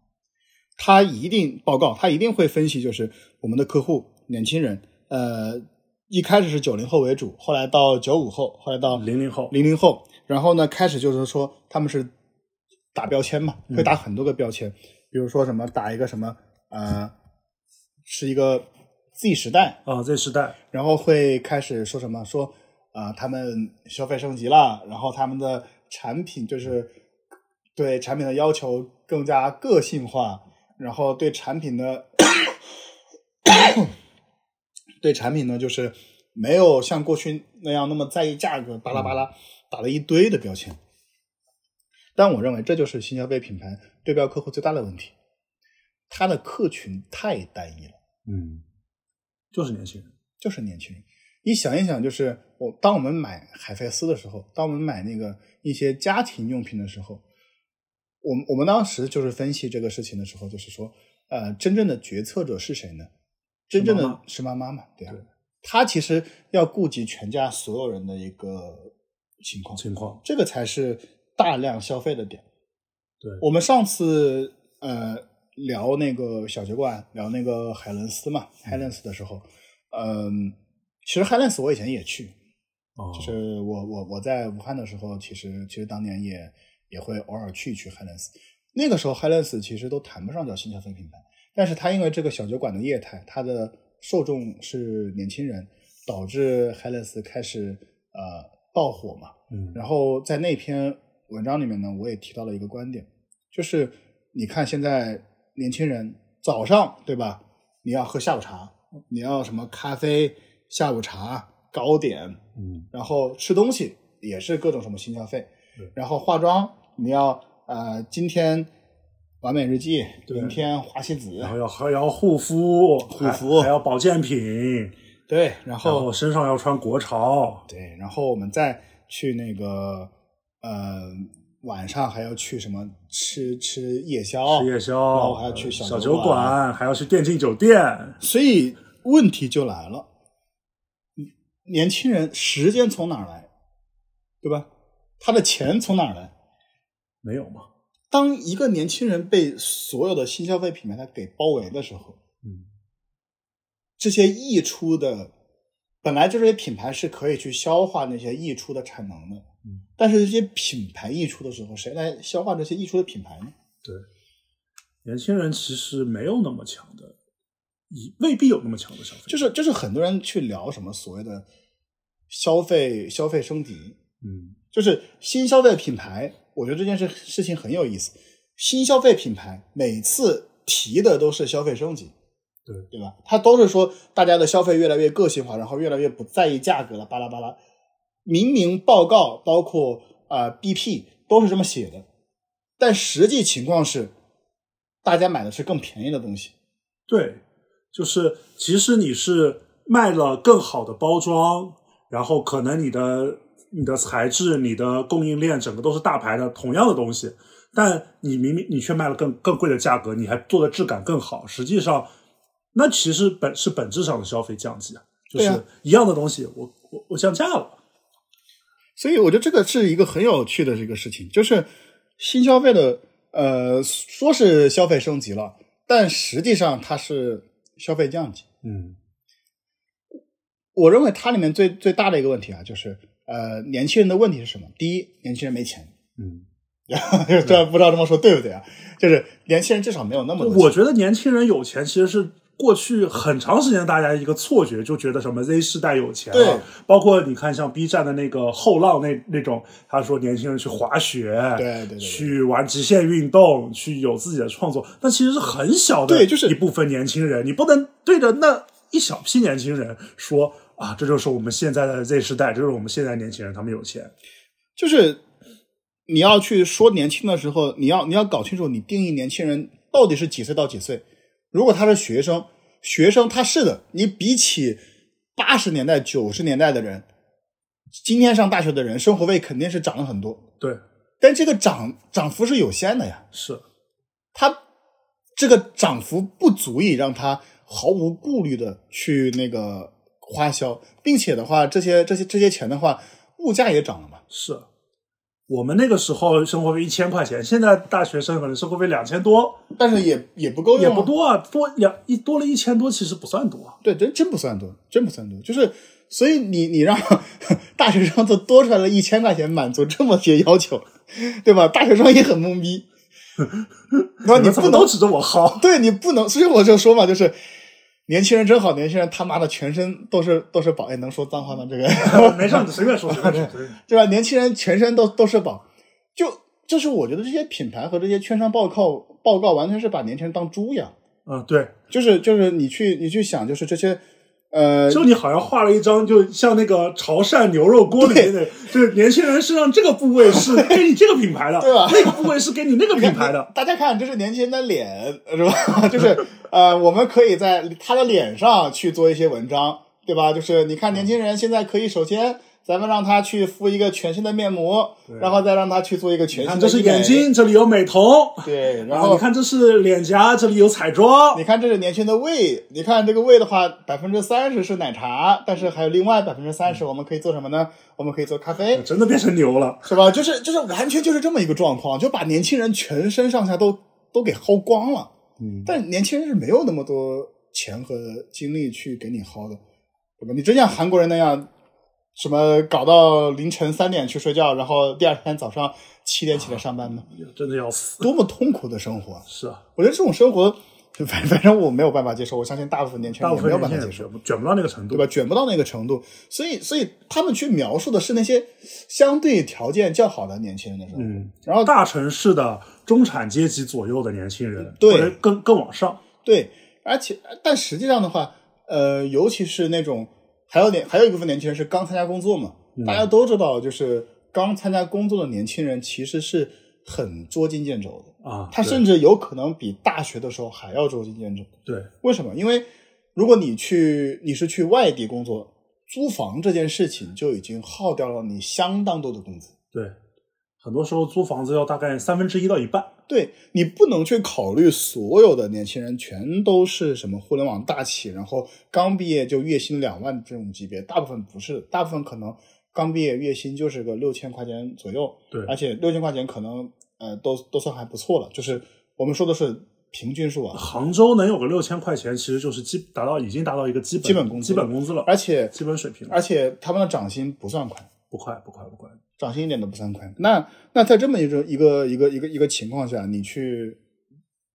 Speaker 2: 它一定报告，它一定会分析，就是我们的客户年轻人，呃，一开始是九零后为主，后来到九五后，后来到
Speaker 1: 零零后，
Speaker 2: 零零后，然后呢，开始就是说他们是打标签嘛，会打很多个标签，比如说什么打一个什么呃，是一个 Z 时代，
Speaker 1: 啊、这时代，
Speaker 2: 然后会开始说什么说啊、呃他们消费升级了，然后他们的产品就是对产品的要求更加个性化，然后对产品的 (coughs) 对产品呢就是没有像过去那样那么在意价格，巴拉巴拉打了一堆的标签。但我认为这就是新消费品牌对标客户最大的问题，它的客群太单一了。
Speaker 1: 嗯，就是年轻人，
Speaker 2: 就是年轻人。你想一想，就是我当我们买海飞丝的时候，当我们买那个一些家庭用品的时候，我们我们当时就是分析这个事情的时候，就是说，呃，真正的决策者是谁呢？真正
Speaker 1: 妈妈
Speaker 2: 的是妈妈嘛，对啊
Speaker 1: 对，
Speaker 2: 她其实要顾及全家所有人的一个情况，
Speaker 1: 情况
Speaker 2: 这个才是大量消费的点。
Speaker 1: 对
Speaker 2: 我们上次呃聊那个小酒馆，聊那个海伦斯嘛、h i g h l a n d s 的时候，嗯，其实 h i g h l a n d s 我以前也去，
Speaker 1: 啊，
Speaker 2: 就是我我我在武汉的时候，其实其实当年也也会偶尔去一去 h i g h l a n d s 那个时候 h i g h l a n d s 其实都谈不上叫新消费品牌，但是它因为这个小酒馆的业态，它的受众是年轻人，导致 h i g h l a n d s 开始呃爆火嘛。
Speaker 1: 嗯，
Speaker 2: 然后在那篇文章里面呢，我也提到了一个观点，就是你看现在年轻人早上对吧，你要喝下午茶，你要什么咖啡、下午茶、糕点，
Speaker 1: 嗯，
Speaker 2: 然后吃东西也是各种什么新消费
Speaker 1: 对，
Speaker 2: 然后化妆你要呃今天完美日记，
Speaker 1: 对
Speaker 2: 明天花西子
Speaker 1: 然，后要还要护肤，护
Speaker 2: 肤
Speaker 1: 还要保健品，
Speaker 2: 对，然
Speaker 1: 然
Speaker 2: 后
Speaker 1: 后身上要穿国潮，
Speaker 2: 对，然后我们再去那个呃晚上还要去什么吃吃夜宵，
Speaker 1: 吃夜宵，
Speaker 2: 然后还要去
Speaker 1: 呃
Speaker 2: 小
Speaker 1: 小
Speaker 2: 酒馆
Speaker 1: 馆，还要去电竞酒店，
Speaker 2: 所以问题就来了，嗯年轻人时间从哪儿来，对吧？他的钱从哪儿来？
Speaker 1: 没有嘛？
Speaker 2: 当一个年轻人被所有的新消费品牌它给包围的时候，
Speaker 1: 嗯，
Speaker 2: 这些溢出的，本来这些品牌是可以去消化那些溢出的产能的，
Speaker 1: 嗯，
Speaker 2: 但是这些品牌溢出的时候，谁来消化这些溢出的品牌呢？
Speaker 1: 年轻人其实没有那么强的，以未必有那么强的消费，
Speaker 2: 就是就是很多人去聊什么所谓的消费消费升级，
Speaker 1: 嗯
Speaker 2: 就是新消费品牌，我觉得这件事事情很有意思。新消费品牌每次提的都是消费升级，
Speaker 1: 对
Speaker 2: 对吧？它都是说大家的消费越来越个性化，然后越来越不在意价格了，巴拉巴拉。明明报告包括啊、呃 BP 都是这么写的，但实际情况是，大家买的是更便宜的东西。
Speaker 1: 对，就是即使你是卖了更好的包装，然后可能你的你的材质、你的供应链整个都是大牌的同样的东西，但你明明你却卖了更更贵的价格，你还做的质感更好，实际上那其实本是本质上的消费降级啊，就
Speaker 2: 对啊
Speaker 1: 是一样的东西，我我我降价了。
Speaker 2: 所以我觉得这个是一个很有趣的这个事情，就是新消费的，呃，说是消费升级了，但实际上它是消费降级。
Speaker 1: 嗯
Speaker 2: 我认为它里面最最大的一个问题啊，就是呃，年轻人的问题是什么？第一，年轻人没钱， (laughs)
Speaker 1: 嗯，
Speaker 2: 这不知道这么说对不对啊？就是年轻人至少没有那么多钱。
Speaker 1: 我觉得年轻人有钱其实是。过去很长时间，大家一个错觉就觉得什么 Z 世代有钱了、
Speaker 2: 对
Speaker 1: 包括你看像 B 站的那个后浪那那种，他说年轻人去滑雪，
Speaker 2: 对对对对
Speaker 1: 去玩极限运动，去有自己的创作，但其实是很小的，
Speaker 2: 对就是
Speaker 1: 一部分年轻人，你不能对着那一小批年轻人说啊，这就是我们现在的 Z 世代，这就是我们现在年轻人，他们有钱，
Speaker 2: 就是你要去说年轻的时候，你要你要搞清楚你定义年轻人到底是几岁到几岁。如果他是学生，学生他是的，你比起八十年代、九十年代的人，今天上大学的人，生活费肯定是涨了很多，
Speaker 1: 对，
Speaker 2: 但这个涨涨幅是有限的呀，
Speaker 1: 是，
Speaker 2: 他这个涨幅不足以让他毫无顾虑的去那个花销，并且的话，这些这些这些钱的话，物价也涨了嘛。
Speaker 1: 是我们那个时候生活费一千块钱，现在大学生可能生活费两千多，
Speaker 2: 但是也也不够
Speaker 1: 也
Speaker 2: 用、啊，
Speaker 1: 不多啊，多两一多了一千多，其实不算多啊。
Speaker 2: 对，真真不算多，真不算多。就是，所以你你让 (laughs) 大学生都多出来了一千块钱，满足这么些要求，对吧？大学生也很懵逼，说你
Speaker 1: 们怎
Speaker 2: 不
Speaker 1: 么
Speaker 2: 能
Speaker 1: 都，指着我
Speaker 2: (laughs)
Speaker 1: 薅？
Speaker 2: 对你不能，所以我就说嘛，就是年轻人真好，年轻人他妈的全身都是都是宝，哎，能说脏话吗？这个 (laughs)
Speaker 1: 没事，你随便说，随便说随便说。
Speaker 2: 对吧？年轻人全身都都是宝，就就是我觉得这些品牌和这些券商报告报告完全是把年轻人当猪养，
Speaker 1: (laughs) 嗯，对，
Speaker 2: 就是就是你去你去想，就是这些。呃，
Speaker 1: 就你好像画了一张，就像那个潮汕牛肉锅里面的，就是年轻人身上这个部位是给你这个品牌的，
Speaker 2: (laughs) 对吧
Speaker 1: 那个部位是给你那个品牌
Speaker 2: (laughs)
Speaker 1: 的，
Speaker 2: 大家看，这是年轻人的脸，是吧？ (laughs) 就是呃，我们可以在他的脸上去做一些文章，对吧？就是你看，年轻人现在可以首先。咱们让他去敷一个全新的面膜，然后再让他去做一个全
Speaker 1: 你
Speaker 2: 新
Speaker 1: 看
Speaker 2: 的
Speaker 1: 这
Speaker 2: 医美。
Speaker 1: 是眼睛，这里有美瞳，
Speaker 2: 对，然
Speaker 1: 然
Speaker 2: 后
Speaker 1: 后你看这是脸颊，这里有彩妆
Speaker 2: 你，看这是年轻人的胃，你看这个胃的话，百分之三十是奶茶，但是还有另外百分之三十，
Speaker 1: 嗯
Speaker 2: 我们可以做什么呢？我们可以做咖啡，
Speaker 1: 真的变成牛了。
Speaker 2: 是吧？就是就是完全就是这么一个状况，就把年轻人全身上下都都给薅光了。
Speaker 1: 嗯
Speaker 2: 但年轻人是没有那么多钱和精力去给你薅的，对吧？你真像韩国人那样，什么搞到凌晨三点去睡觉，然后第二天早上七点起来上班吗？
Speaker 1: 哎真的要死。
Speaker 2: 多么痛苦的生活啊！
Speaker 1: 是啊，
Speaker 2: 我觉得这种生活， (laughs) 反反正我没有办法接受，我相信大部分年轻
Speaker 1: 大
Speaker 2: 人
Speaker 1: 部
Speaker 2: 也
Speaker 1: 分
Speaker 2: 没有
Speaker 1: 年
Speaker 2: 办法
Speaker 1: 轻
Speaker 2: 接
Speaker 1: 人
Speaker 2: 受
Speaker 1: 卷。不卷不到那个程度嗯
Speaker 2: 对。吧？卷不到那个程度，所以所以他们去描述的是那些相对条件较好的年轻人的生活。
Speaker 1: 嗯，
Speaker 2: 然后
Speaker 1: 大城市的中产阶级左右的年轻人，
Speaker 2: 对
Speaker 1: 或者更更往上，
Speaker 2: 对，而且但实际上的话，呃，尤其是那种还有年还有一部分年轻人是刚参加工作嘛，大家都知道，就是刚参加工作的年轻人其实是很捉襟见肘的，
Speaker 1: 啊，
Speaker 2: 他甚至有可能比大学的时候还要捉襟见肘。
Speaker 1: 对
Speaker 2: 为什么？因为如果你去你是去外地工作，租房这件事情就已经耗掉了你相当多的工资。
Speaker 1: 对，很多时候租房子要大概三分之一到一半，
Speaker 2: 对你不能去考虑所有的年轻人全都是什么互联网大企，然后刚毕业就月薪两万这种级别，大部分不是，大部分可能刚毕业月薪就是个六千块钱左右，
Speaker 1: 对
Speaker 2: 而且六千块钱可能呃都都算还不错了，就是我们说的是平均数啊，
Speaker 1: 杭州能有个六千块钱，其实就是基达到已经达到一个基本
Speaker 2: 基本工资哎
Speaker 1: 基本工资了，
Speaker 2: 而且
Speaker 1: 基本水平了，
Speaker 2: 而且他们的涨薪不算快，
Speaker 1: 不快不快不快，
Speaker 2: 涨薪一点都不算快。那那在这么一种一个一个一个一个情况下，你去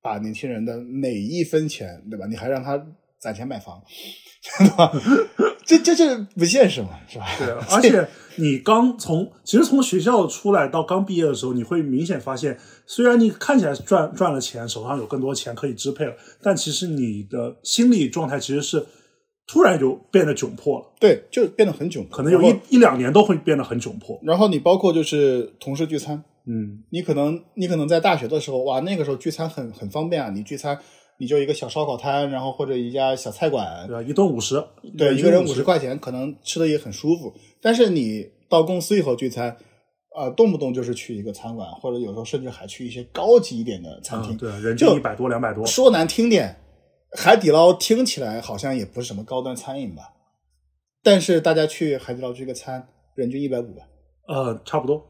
Speaker 2: 把年轻人的每一分钱，对吧？你还让他攒钱买房， (laughs) 对吧？这这这不现实嘛，是吧？ (laughs)
Speaker 1: 对，而且你刚从其实从学校出来到刚毕业的时候，你会明显发现，虽然你看起来赚赚了钱，手上有更多钱可以支配了，但其实你的心理状态其实是突然就变得窘迫了，
Speaker 2: 对，就变得很窘迫，
Speaker 1: 可能有
Speaker 2: 然
Speaker 1: 一
Speaker 2: 后
Speaker 1: 一两年都会变得很窘迫。
Speaker 2: 然后你包括就是同事聚餐，
Speaker 1: 嗯
Speaker 2: 你可能你可能在大学的时候，哇，那个时候聚餐很很方便啊，你聚餐你就一个小烧烤摊，然后或者一家小菜馆，
Speaker 1: 对啊，一顿五十，
Speaker 2: 对，一
Speaker 1: 一
Speaker 2: 个
Speaker 1: 个
Speaker 2: 人
Speaker 1: 人
Speaker 2: 五十
Speaker 1: 十，
Speaker 2: 块钱，可能吃的也很舒服。但是你到公司以后聚餐，啊、动不动就是去一个餐馆，或者有时候甚至还去一些高级一点的餐厅。
Speaker 1: 嗯，对啊，人
Speaker 2: 就
Speaker 1: 均一百多两
Speaker 2: (sniffs)
Speaker 1: 百多，
Speaker 2: 说难听点，海底捞听起来好像也不是什么高端餐饮吧，但是大家去海底捞聚个餐，人均一百五吧，
Speaker 1: 呃，差不多。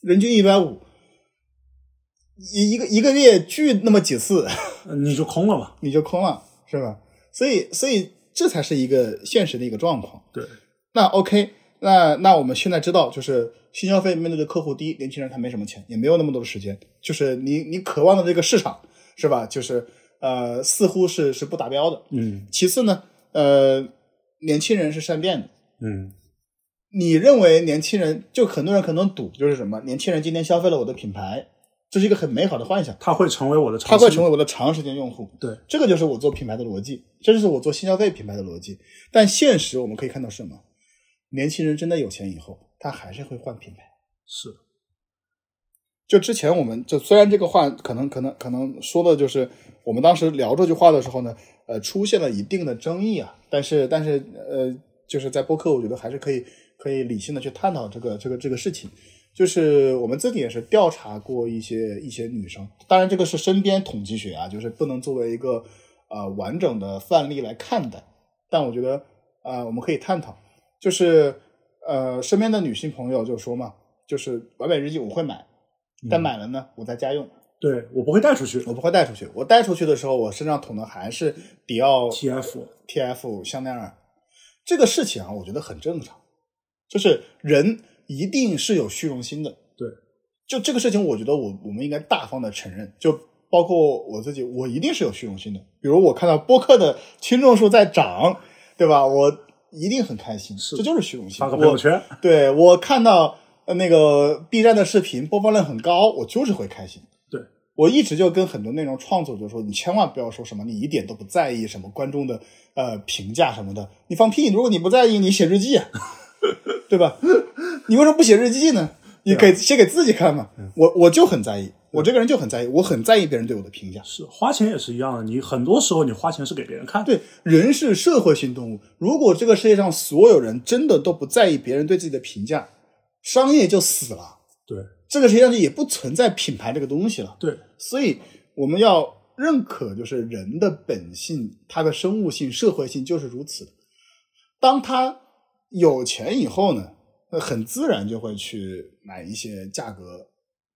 Speaker 2: 人均一百五，一一个一个月聚那么几次， (laughs)
Speaker 1: 呃你就空了嘛？
Speaker 2: 你就空了，是吧？所以，所以这才是一个现实的一个状况。
Speaker 1: 对，
Speaker 2: 那 OK，那那我们现在知道，就是新消费面对的客户，第一，年轻人他没什么钱，也没有那么多的时间，就是你你渴望的这个市场，是吧？就是呃，似乎是是不达标的。
Speaker 1: 嗯
Speaker 2: 其次呢，呃，年轻人是善变的。
Speaker 1: 嗯
Speaker 2: 你认为年轻人，就很多人可能赌，就是什么？年轻人今天消费了我的品牌，这是一个很美好的幻想，
Speaker 1: 他会成为我的长
Speaker 2: 他会成
Speaker 1: 为
Speaker 2: 为我的长时间用户。
Speaker 1: 对，
Speaker 2: 这个就是我做品牌的逻辑，这就是我做新消费品牌的逻辑。但现实我们可以看到是什么？年轻人真的有钱以后，他还是会换品牌。
Speaker 1: 是
Speaker 2: 就之前我们就虽然这个话可能可能可能说的就是我们当时聊这句话的时候呢，呃，出现了一定的争议啊，但是但是呃，就是在播客，我觉得还是可以可以理性的去探讨这个这个这个事情。就是我们自己也是调查过一些一些女生，当然这个是身边统计学啊，就是不能作为一个呃完整的范例来看待，但我觉得呃我们可以探讨，就是呃身边的女性朋友就说嘛，就是完美日记我会买，
Speaker 1: 嗯
Speaker 2: 但买了呢，我在家用，
Speaker 1: 对我不会带出去
Speaker 2: 我不会带出去。我带出去的时候，我身上捅的还是迪奥、
Speaker 1: TF，
Speaker 2: TF、香奈儿。这个事情啊，我觉得很正常，就是人一定是有虚荣心的。
Speaker 1: 对，
Speaker 2: 就这个事情，我觉得我我们应该大方的承认，就包括我自己，我一定是有虚荣心的。比如我看到播客的听众数在涨，对吧？我一定很开心，
Speaker 1: 是
Speaker 2: 这就是虚荣心。
Speaker 1: 发个朋友
Speaker 2: 我
Speaker 1: 圈，
Speaker 2: 对我看到呃那个 B 站的视频播放量很高，我就是会开心。
Speaker 1: 对
Speaker 2: 我一直就跟很多内容创作者说，你千万不要说什么你一点都不在意什么观众的呃评价什么的，你放屁！如果你不在意，你写日记啊，对吧？你为什么不写日记呢？你给写给自己看嘛。我我就很在意，我这个人就很在意，我很在意别人对我的评价。
Speaker 1: 是花钱也是一样的。你很多时候你花钱是给别人看，，
Speaker 2: 对，人是社会性动物。如果这个世界上所有人真的都不在意别人对自己的评价，商业就死了。
Speaker 1: 对
Speaker 2: 这个世界上就也不存在品牌这个东西了。
Speaker 1: 对
Speaker 2: 所以我们要认可，就是人的本性，它的生物性、社会性就是如此的。当他有钱以后呢，那很自然就会去买一些价格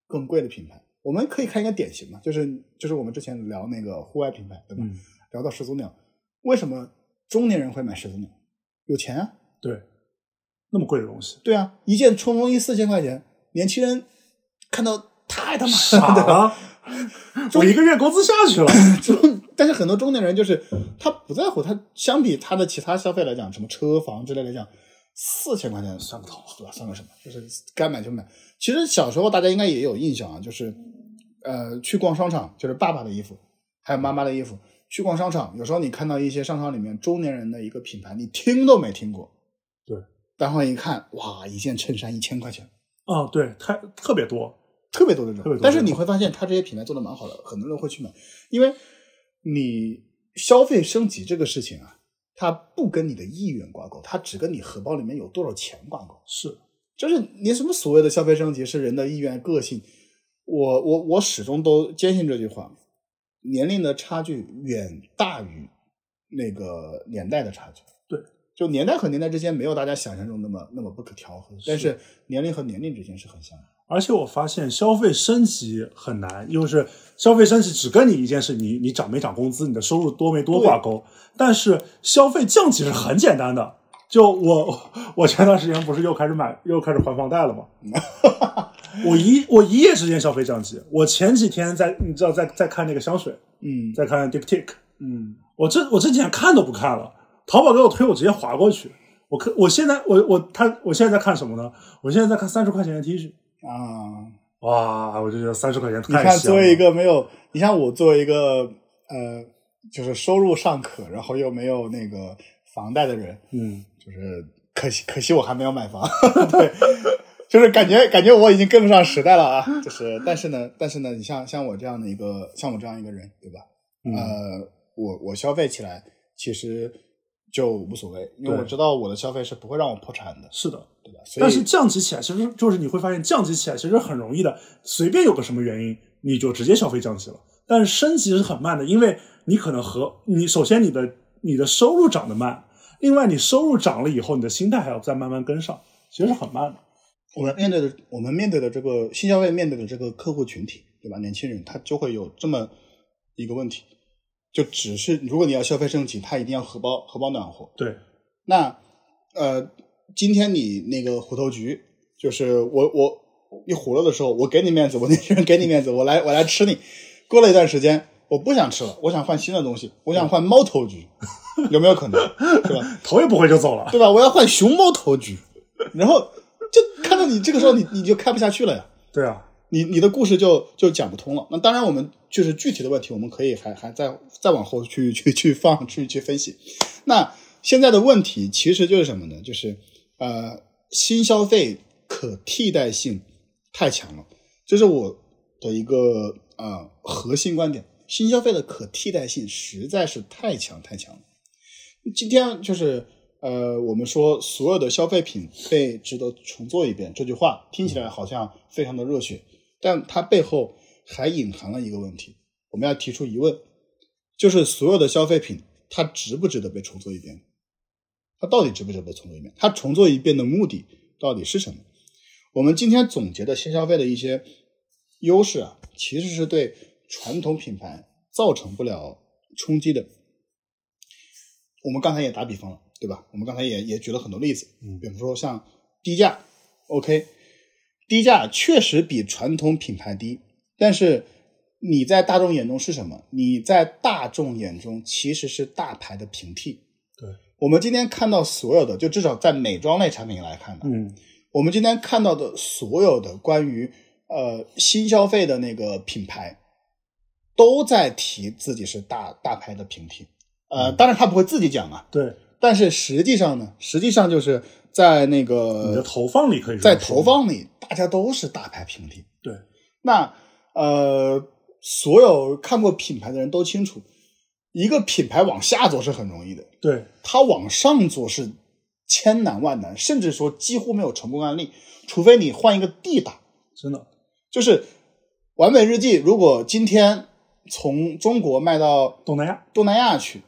Speaker 2: 更贵的品牌。我们可以看一个典型嘛，就是就是我们之前聊那个户外品牌，对吧？
Speaker 1: 嗯
Speaker 2: 聊到始祖鸟，为什么中年人会买始祖鸟？有钱啊，
Speaker 1: 对，那么贵的东西，
Speaker 2: 对啊，一件冲锋衣四千块钱，年轻人看到太他妈
Speaker 1: 傻
Speaker 2: (laughs) 对吧
Speaker 1: 了，我一个月工资下去了，
Speaker 2: 中，但是很多中年人就是他不在乎，他相比他的其他消费来讲，什么车房之类来讲，四千块钱算不到，对吧？算个什么？就是该买就买。其实小时候大家应该也有印象啊，就是呃，去逛商场，就是爸爸的衣服，还有妈妈的衣服。去逛商场，有时候你看到一些商场里面中年人的一个品牌，你听都没听过。
Speaker 1: 对，
Speaker 2: 然后一看，哇，一件衬衫一千块钱，
Speaker 1: 啊，对，太特别多，
Speaker 2: 特别多这种，
Speaker 1: 特别多
Speaker 2: 但是你会发现，它这些品牌做的蛮好的，很多人会去买，因为你消费升级这个事情啊，它不跟你的意愿挂钩，它只跟你荷包里面有多少钱挂钩。
Speaker 1: 是
Speaker 2: 就是你什么所谓的消费升级是人的意愿、个性，我我我始终都坚信这句话，年龄的差距远大于那个年代的差距。
Speaker 1: 对，
Speaker 2: 就年代和年代之间没有大家想象中那么那么不可调和，但
Speaker 1: 是
Speaker 2: 是年龄和年龄之间是很相。
Speaker 1: 而且我发现消费升级很难，就是消费升级只跟你一件事，你你涨没涨工资，你的收入多没多挂钩。但是消费降级是很简单的，就我我前段时间不是又开始买又开始还房贷了吗？ (laughs) 我一我一夜之间消费降级。我前几天在你知道在在看那个香水，
Speaker 2: 嗯
Speaker 1: 在看 Diptic，
Speaker 2: 嗯，
Speaker 1: 我这我这几天看都不看了，淘宝给我推，我直接划过去。我看我现在我我他我现在在看什么呢？我现在在看三十块钱的 T 恤。
Speaker 2: 啊，
Speaker 1: 哇，我就觉得三十块钱太
Speaker 2: 你看，
Speaker 1: 香
Speaker 2: 作
Speaker 1: 了
Speaker 2: 为一个没有，你像我作为一个呃，就是收入尚可，然后又没有那个房贷的人，
Speaker 1: 嗯，
Speaker 2: (laughs) 就是可惜，可惜我还没有买房。对，就是感觉感觉我已经跟不上时代了啊。就是但是呢，但是呢，你像像我这样的一个像我这样一个人，对吧？
Speaker 1: 嗯
Speaker 2: 呃，我我消费起来其实就无所谓，因为
Speaker 1: 对
Speaker 2: 我知道我的消费是不会让我破产的，
Speaker 1: 是的，
Speaker 2: 对吧？所以
Speaker 1: 但是降级起来其实就是你会发现降级起来其实很容易的，随便有个什么原因你就直接消费降级了。但是升级是很慢的，因为你可能和你首先你的你的收入涨得慢，另外你收入涨了以后，你的心态还要再慢慢跟上，其实是很慢的。
Speaker 2: 我们面对的，我们面对的这个新消费面对的这个客户群体，对吧？年轻人他就会有这么一个问题，就只是如果你要消费升级，他一定要荷包荷包暖和。
Speaker 1: 对，
Speaker 2: 那呃，今天你那个虎头局，就是我我一虎了的时候，我给你面子，我那天给你面子，我来我来吃你。过了一段时间，我不想吃了，我想换新的东西，我想换猫头局，有没有可能？对吧？
Speaker 1: 头也不回就走了。
Speaker 2: 对吧？我要换熊猫头局，然后就看到你这个时候你，你就开不下去了呀，
Speaker 1: 对啊，
Speaker 2: 你你的故事就就讲不通了。那当然，我们就是具体的问题，我们可以还还再再往后去去去放去去分析。那现在的问题其实就是什么呢？就是呃，新消费可替代性太强了，这是我的一个呃核心观点。新消费的可替代性实在是太强太强了。今天就是呃，我们说所有的消费品被值得重做一遍这句话，听起来好像非常的热血，但它背后还隐含了一个问题，我们要提出疑问，就是所有的消费品它值不值得被重做一遍？它到底值不值得被重做一遍？它重做一遍的目的到底是什么？我们今天总结的新消费的一些优势啊，其实是对传统品牌造成不了冲击的。我们刚才也打比方了，对吧？我们刚才也也举了很多例子，
Speaker 1: 嗯
Speaker 2: 比如说像低价，OK，低价确实比传统品牌低，但是你在大众眼中是什么？你在大众眼中其实是大牌的平替。
Speaker 1: 对，
Speaker 2: 我们今天看到所有的，就至少在美妆类产品来看的，
Speaker 1: 嗯，
Speaker 2: 我们今天看到的所有的关于呃新消费的那个品牌，都在提自己是大大牌的平替。
Speaker 1: 嗯
Speaker 2: 呃，当然他不会自己讲啊，
Speaker 1: 对，
Speaker 2: 但是实际上呢，实际上就是在那
Speaker 1: 你的
Speaker 2: 个
Speaker 1: 投放里可以这
Speaker 2: 在
Speaker 1: 么说
Speaker 2: 投放里，大家都是大牌平替。
Speaker 1: 对，
Speaker 2: 那呃，所有看过品牌的人都清楚，一个品牌往下走是很容易的，
Speaker 1: 对，
Speaker 2: 它往上做是千难万难，甚至说几乎没有成功案例，除非你换一个地打。
Speaker 1: 真的，
Speaker 2: 就是《完美日记》，如果今天从中国卖到
Speaker 1: 东南亚，
Speaker 2: 东南亚去，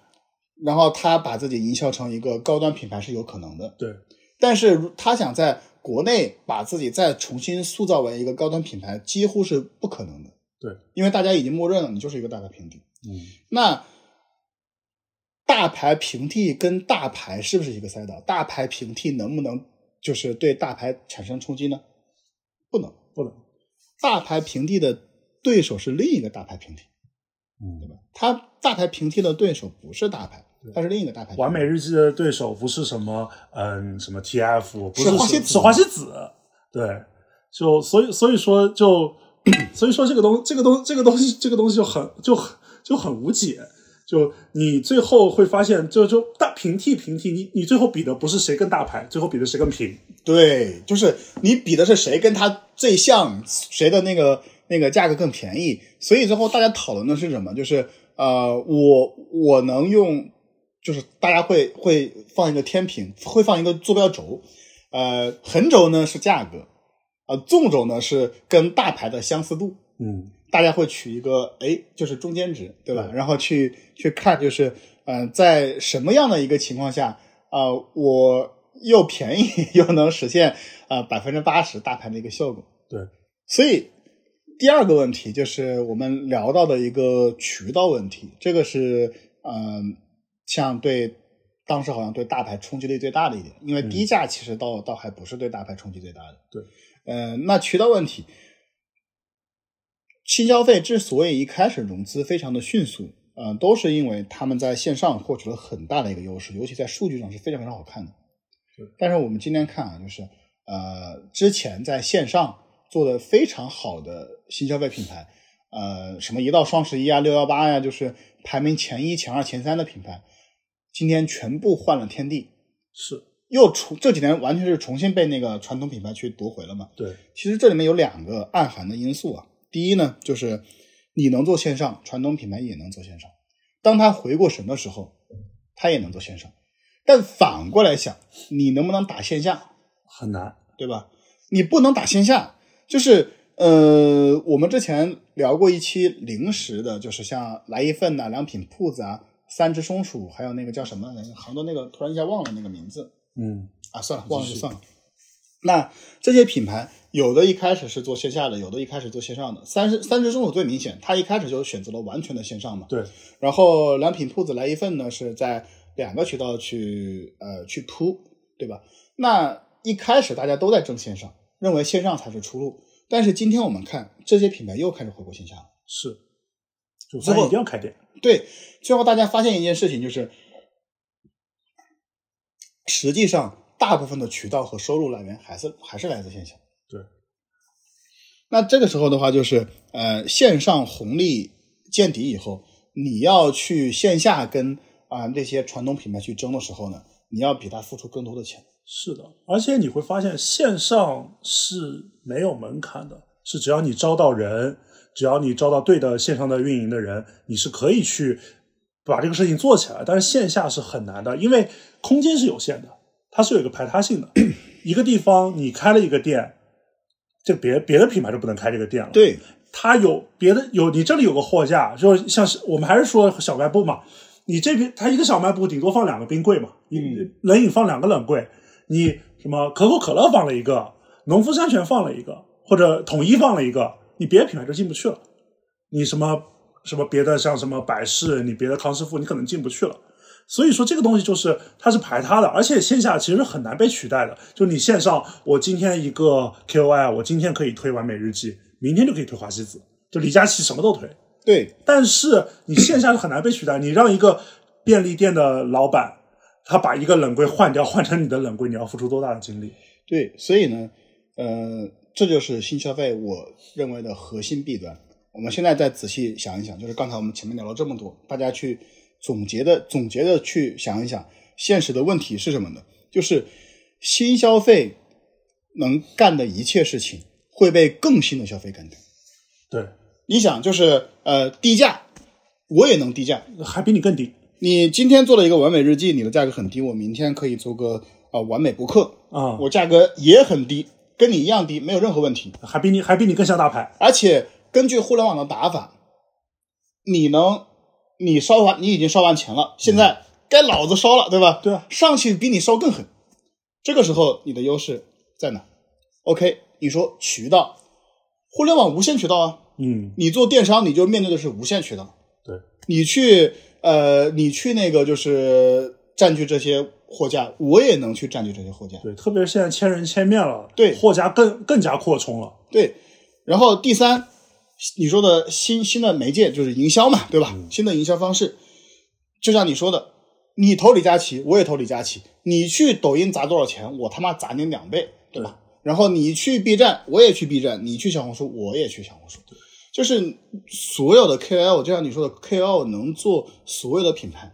Speaker 2: 然后他把自己营销成一个高端品牌是有可能的，
Speaker 1: 对，
Speaker 2: 但是如他想在国内把自己再重新塑造为一个高端品牌，几乎是不可能的。
Speaker 1: 对，
Speaker 2: 因为大家已经默认了你就是一个大牌平替。
Speaker 1: 嗯，
Speaker 2: 那大牌平替跟大牌是不是一个赛道？大牌平替能不能就是对大牌产生冲击呢？不能，
Speaker 1: 不能，
Speaker 2: 大牌平替的对手是另一个大牌平替，
Speaker 1: 嗯，
Speaker 2: 他大牌平替的对手不是大牌，他是另一个大牌平替。
Speaker 1: 完美日记的对手不是什么嗯什么 TF，不
Speaker 2: 是花西
Speaker 1: 是
Speaker 2: 子
Speaker 1: 是花西子，对，就所以所以说就 (coughs) 所以说这个东这个东这个东西这个东西就很就很就很无解。就你最后会发现，就就大平替平替，你你最后比的不是谁更大牌，最后比的谁更平。
Speaker 2: 对，就是你比的是谁跟他最像，谁的那个那个价格更便宜。所以最后大家讨论的是什么？就是呃，我我能用，就是大家会会放一个天平，会放一个坐标轴，呃，横轴呢是价格，呃，纵轴呢是跟大牌的相似度。
Speaker 1: 嗯，
Speaker 2: 大家会取一个哎，就是中间值，对吧？
Speaker 1: 对
Speaker 2: 然后去去看，就是嗯、呃在什么样的一个情况下啊、呃我又便宜 (laughs) 又能实现啊百分之八十大盘的一个效果。
Speaker 1: 对，
Speaker 2: 所以第二个问题就是我们聊到的一个渠道问题，这个是嗯、像对当时好像对大牌冲击力最大的一点，因为低价其实倒、倒还不是对大牌冲击最大的。
Speaker 1: 嗯对，
Speaker 2: 呃，那渠道问题，新消费之所以一开始融资非常的迅速，嗯、都是因为他们在线上获取了很大的一个优势，尤其在数据上是非常非常好看的
Speaker 1: 对。
Speaker 2: 但是我们今天看啊，就是呃，之前在线上做的非常好的新消费品牌，呃，什么一到双十一啊、六幺八呀，就是排名前一、前二、前三的品牌，今天全部换了天地，
Speaker 1: 是
Speaker 2: 又重这几年完全是重新被那个传统品牌去夺回了嘛。
Speaker 1: 对，
Speaker 2: 其实这里面有两个暗含的因素啊。第一呢，就是你能做线上，传统品牌也能做线上。当他回过神的时候，他也能做线上。但反过来想，你能不能打线下，
Speaker 1: 很难。
Speaker 2: 对吧？你不能打线下，就是呃，我们之前聊过一期零食的，就是像来一份呐、良品铺子啊、三只松鼠，还有那个叫什么来着？杭州那个突然一下忘了那个名字。
Speaker 1: 嗯，
Speaker 2: 啊，算了，忘了
Speaker 1: 继
Speaker 2: 就
Speaker 1: 续
Speaker 2: 算了。那这些品牌，有的一开始是做线下的，有的一开始做线上的。三十三只松鼠最明显，它一开始就选择了完全的线上嘛。
Speaker 1: 对，
Speaker 2: 然后良品铺子来一份呢，是在两个渠道去呃去铺，对吧？那一开始大家都在争线上，认为线上才是出路。但是今天我们看这些品牌又开始回归线下了。
Speaker 1: 是，就
Speaker 2: 最
Speaker 1: 发
Speaker 2: 后
Speaker 1: 现一定要开店。
Speaker 2: 对，最后大家发现一件事情，就是实际上大部分的渠道和收入来源还是还是来自线下。
Speaker 1: 对。
Speaker 2: 那这个时候的话，就是呃，线上红利见底以后，你要去线下跟啊、那些传统品牌去争的时候呢，你要比他付出更多的钱。
Speaker 1: 是的，而且你会发现线上是没有门槛的，是只要你招到人，只要你招到对的线上的运营的人，你是可以去把这个事情做起来。但是线下是很难的，因为空间是有限的，它是有一个排他性的。 (coughs) 一个地方你开了一个店，这别别的品牌就不能开这个店了。
Speaker 2: 对，
Speaker 1: 它有别的有，你这里有个货架，就是像是我们还是说小卖部嘛，你这边它一个小卖部顶多放两个冰柜嘛，你冷饮放两个冷柜，你什么可口可乐放了一个，农夫山泉放了一个，或者统一放了一个，你别的品牌就进不去了，你什么什么别的像什么百事，你别的康师傅，你可能进不去了。所以说这个东西就是它是排他的，而且线下其实很难被取代的。就你线上，我今天一个 KOL，我今天可以推完美日记，明天就可以推花西子，就李佳琦什么都推。
Speaker 2: 对，
Speaker 1: 但是你线下是很难被取代，你让一个便利店的老板，他把一个冷柜换掉，换成你的冷柜，你要付出多大的精力？
Speaker 2: 对，所以呢，呃，这就是新消费我认为的核心弊端。我们现在再仔细想一想，就是刚才我们前面聊了这么多，大家去总结的总结的去想一想，现实的问题是什么呢？就是新消费能干的一切事情会被更新的消费干掉。
Speaker 1: 对，
Speaker 2: 你想，就是呃，低价我也能低价，
Speaker 1: 还比你更低
Speaker 2: 你今天做了一个完美日记，你的价格很低，我明天可以做个啊、呃完美博客，
Speaker 1: 啊、
Speaker 2: 我价格也很低，跟你一样低，没有任何问题。
Speaker 1: 还比你还比你更像大牌。
Speaker 2: 而且根据互联网的打法，你能，你烧完，你已经烧完钱了，现在该老子烧了，对吧？
Speaker 1: 对啊，
Speaker 2: 上去比你烧更狠，这个时候你的优势在哪？OK，你说渠道，互联网无限渠道啊，
Speaker 1: 嗯，
Speaker 2: 你做电商，你就面对的是无限渠道。
Speaker 1: 对，
Speaker 2: 你去呃，你去那个就是占据这些货架，我也能去占据这些货架。
Speaker 1: 对，特别是现在千人千面了，
Speaker 2: 对
Speaker 1: 货架更更加扩充了。
Speaker 2: 对，然后第三，你说的新新的媒介就是营销嘛，对吧？新的营销方式，就像你说的，你投李佳琦，我也投李佳琦，你去抖音砸多少钱，我他妈砸你两倍，对吧？然后你去 B 站，我也去 B 站；你去小红书，我也去小红书。就是所有的 KOL，就像你说的，KOL 能做所有的品牌，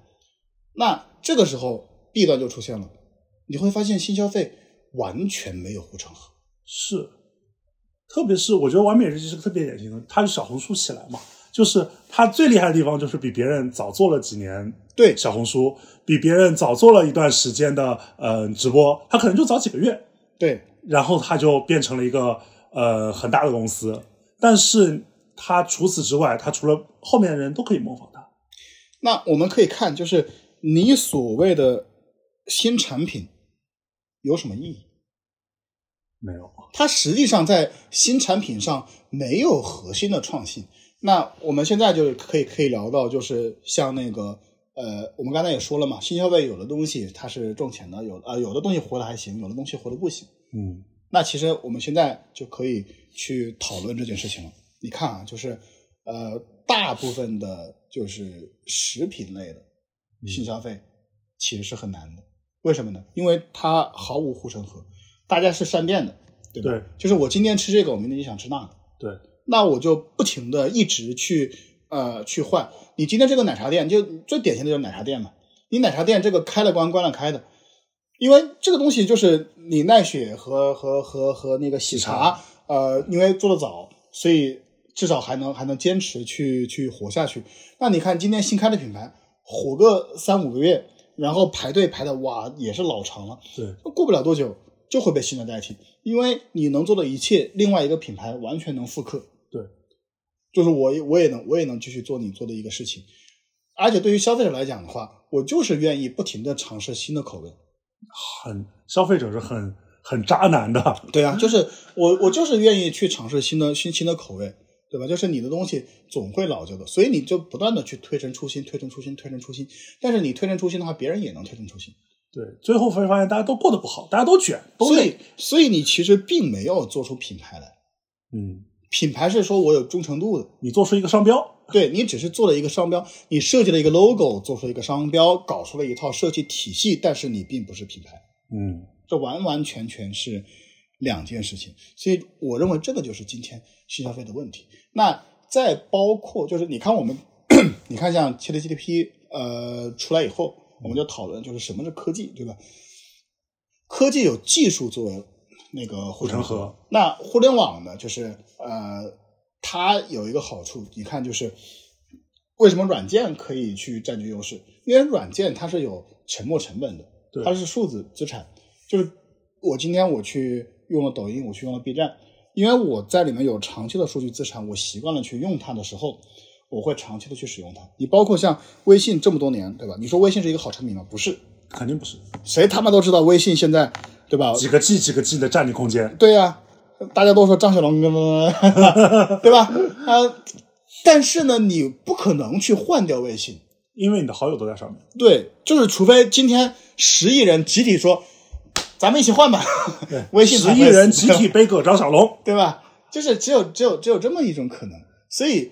Speaker 2: 那这个时候弊端就出现了，你会发现新消费完全没有护城河。
Speaker 1: 是，特别是我觉得完美日记是个特别典型的，它是小红书起来嘛，就是它最厉害的地方就是比别人早做了几年
Speaker 2: 对，
Speaker 1: 小红书，比别人早做了一段时间的呃直播，它可能就早几个月，
Speaker 2: 对，
Speaker 1: 然后它就变成了一个呃很大的公司，但是它除此之外，它除了后面的人都可以模仿它，
Speaker 2: 那我们可以看，就是你所谓的新产品有什么意义？
Speaker 1: 没有
Speaker 2: 它实际上在新产品上没有核心的创新。那我们现在就可以可以聊到，就是像那个呃，我们刚才也说了嘛，新消费有的东西它是挣钱的，有呃有的东西活得还行，有的东西活得不行。
Speaker 1: 嗯，
Speaker 2: 那其实我们现在就可以去讨论这件事情了。你看啊，就是呃，大部分的就是食品类的新消费其实是很难的，为什么呢？因为它毫无护城河，大家是善变的，对吧？
Speaker 1: 对
Speaker 2: 就是我今天吃这个，我明天就想吃那个，
Speaker 1: 对，
Speaker 2: 那我就不停的一直去呃去换。你今天这个奶茶店，就最典型的就是奶茶店嘛，你奶茶店这个开了关关了开的，因为这个东西就是你奈雪和和和和那个喜茶，呃，因为做的早，所以至少还能还能坚持去去活下去。那你看今天新开的品牌，火个三五个月，然后排队排的哇也是老长了，
Speaker 1: 对，
Speaker 2: 那过不了多久就会被新的代替，因为你能做的一切，另外一个品牌完全能复刻。
Speaker 1: 对，
Speaker 2: 就是我也我也能我也能继续做你做的一个事情，而且对于消费者来讲的话，我就是愿意不停的尝试新的口味。
Speaker 1: 很消费者是很很渣男的，
Speaker 2: 对啊，就是我我就是愿意去尝试新的新新的口味，对吧？就是你的东西总会老旧的，所以你就不断的去推陈出新，推陈出新，推陈出新。但是你推陈出新的话，别人也能推陈出新，
Speaker 1: 对，最后会发现大家都过得不好，大家都卷，都
Speaker 2: 所
Speaker 1: 累
Speaker 2: 以，所以你其实并没有做出品牌来。
Speaker 1: 嗯，
Speaker 2: 品牌是说我有忠诚度的，
Speaker 1: 你做出一个商标，
Speaker 2: 对你只是做了一个商标，你设计了一个 logo，做出了一个商标，搞出了一套设计体系，但是你并不是品牌，
Speaker 1: 嗯，
Speaker 2: 这完完全全是两件事情。所以我认为这个就是今天新消费的问题。那再包括就是你看我们， (coughs) 你看像 ChatGPT 呃出来以后，我们就讨论就是什么是科技，对吧？科技有技术作为那个护
Speaker 1: 护城
Speaker 2: 城河
Speaker 1: 河，
Speaker 2: 那互联网呢，就是呃，它有一个好处，你看就是为什么软件可以去占据优势？因为软件它是有沉没成本的
Speaker 1: 对，
Speaker 2: 它是数字资产。就是我今天我去用了抖音，我去用了 B 站，因为我在里面有长期的数据资产，我习惯了去用它的时候。我会长期的去使用它。你包括像微信这么多年，对吧？你说微信是一个好产品吗？不是，
Speaker 1: 肯定不是
Speaker 2: 谁他妈都知道微信现在，对吧？
Speaker 1: 几个 G 几个 G 的占你空间，
Speaker 2: 对呀、大家都说张小龙跟， (laughs) 对吧？啊、但是呢，你不可能去换掉微信，
Speaker 1: 因为你的好友都在上面，
Speaker 2: 对，就是除非今天十亿人集体说，咱们一起换吧， (laughs) 微信才
Speaker 1: 十
Speaker 2: 会
Speaker 1: 亿人
Speaker 2: 死
Speaker 1: 集体背葛张小龙，
Speaker 2: (laughs) 对吧？就是只有只有只有这么一种可能，所以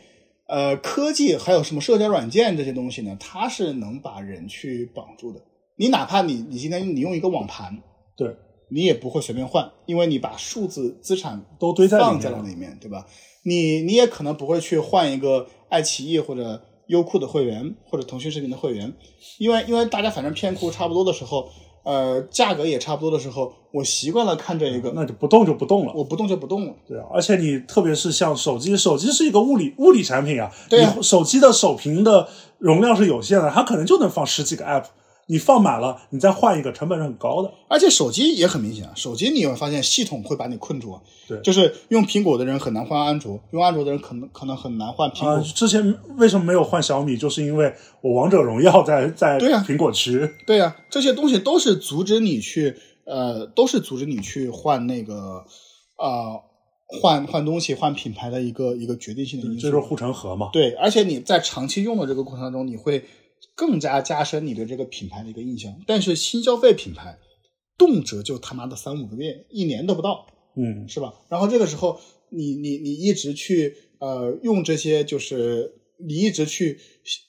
Speaker 2: 呃，科技还有什么社交软件这些东西呢，它是能把人去绑住的。你哪怕你你今天你用一个网盘，
Speaker 1: 对，
Speaker 2: 你也不会随便换，因为你把数字资产
Speaker 1: 都堆在里面
Speaker 2: 放在了里面，对吧？你你也可能不会去换一个爱奇艺或者优酷的会员或者腾讯视频的会员，因为因为大家反正片库差不多的时候，呃，价格也差不多的时候，我习惯了看这一个，
Speaker 1: 那就不动就不动了。
Speaker 2: 我不动就不动了。
Speaker 1: 对啊，而且你特别是像手机，手机是一个物理物理产品啊，
Speaker 2: 对啊
Speaker 1: 你手机的手屏的容量是有限的，它可能就能放十几个 app，你放满了，你再换一个，成本是很高的。
Speaker 2: 而且手机也很明显啊，手机你有没有发现系统会把你困住啊？
Speaker 1: 对
Speaker 2: 就是用苹果的人很难换安卓，用安卓的人可能可能很难换苹
Speaker 1: 啊、
Speaker 2: 果。
Speaker 1: 之前为什么没有换小米，就是因为我王者荣耀在在
Speaker 2: 对啊
Speaker 1: 苹果区，
Speaker 2: 对呀、这些东西都是阻止你去，呃，都是阻止你去换那个，呃，换换东西、换品牌的一个一个决定性的因
Speaker 1: 这就是
Speaker 2: 素。
Speaker 1: 护城河嘛。
Speaker 2: 对，啊而且你在长期用的这个过程当中，你会更加加深你对这个品牌的一个印象。但是新消费品牌，动辄就他妈的三五个月、一年都不到，
Speaker 1: 嗯，
Speaker 2: 是吧？然后这个时候你你你一直去呃用这些，就是你一直去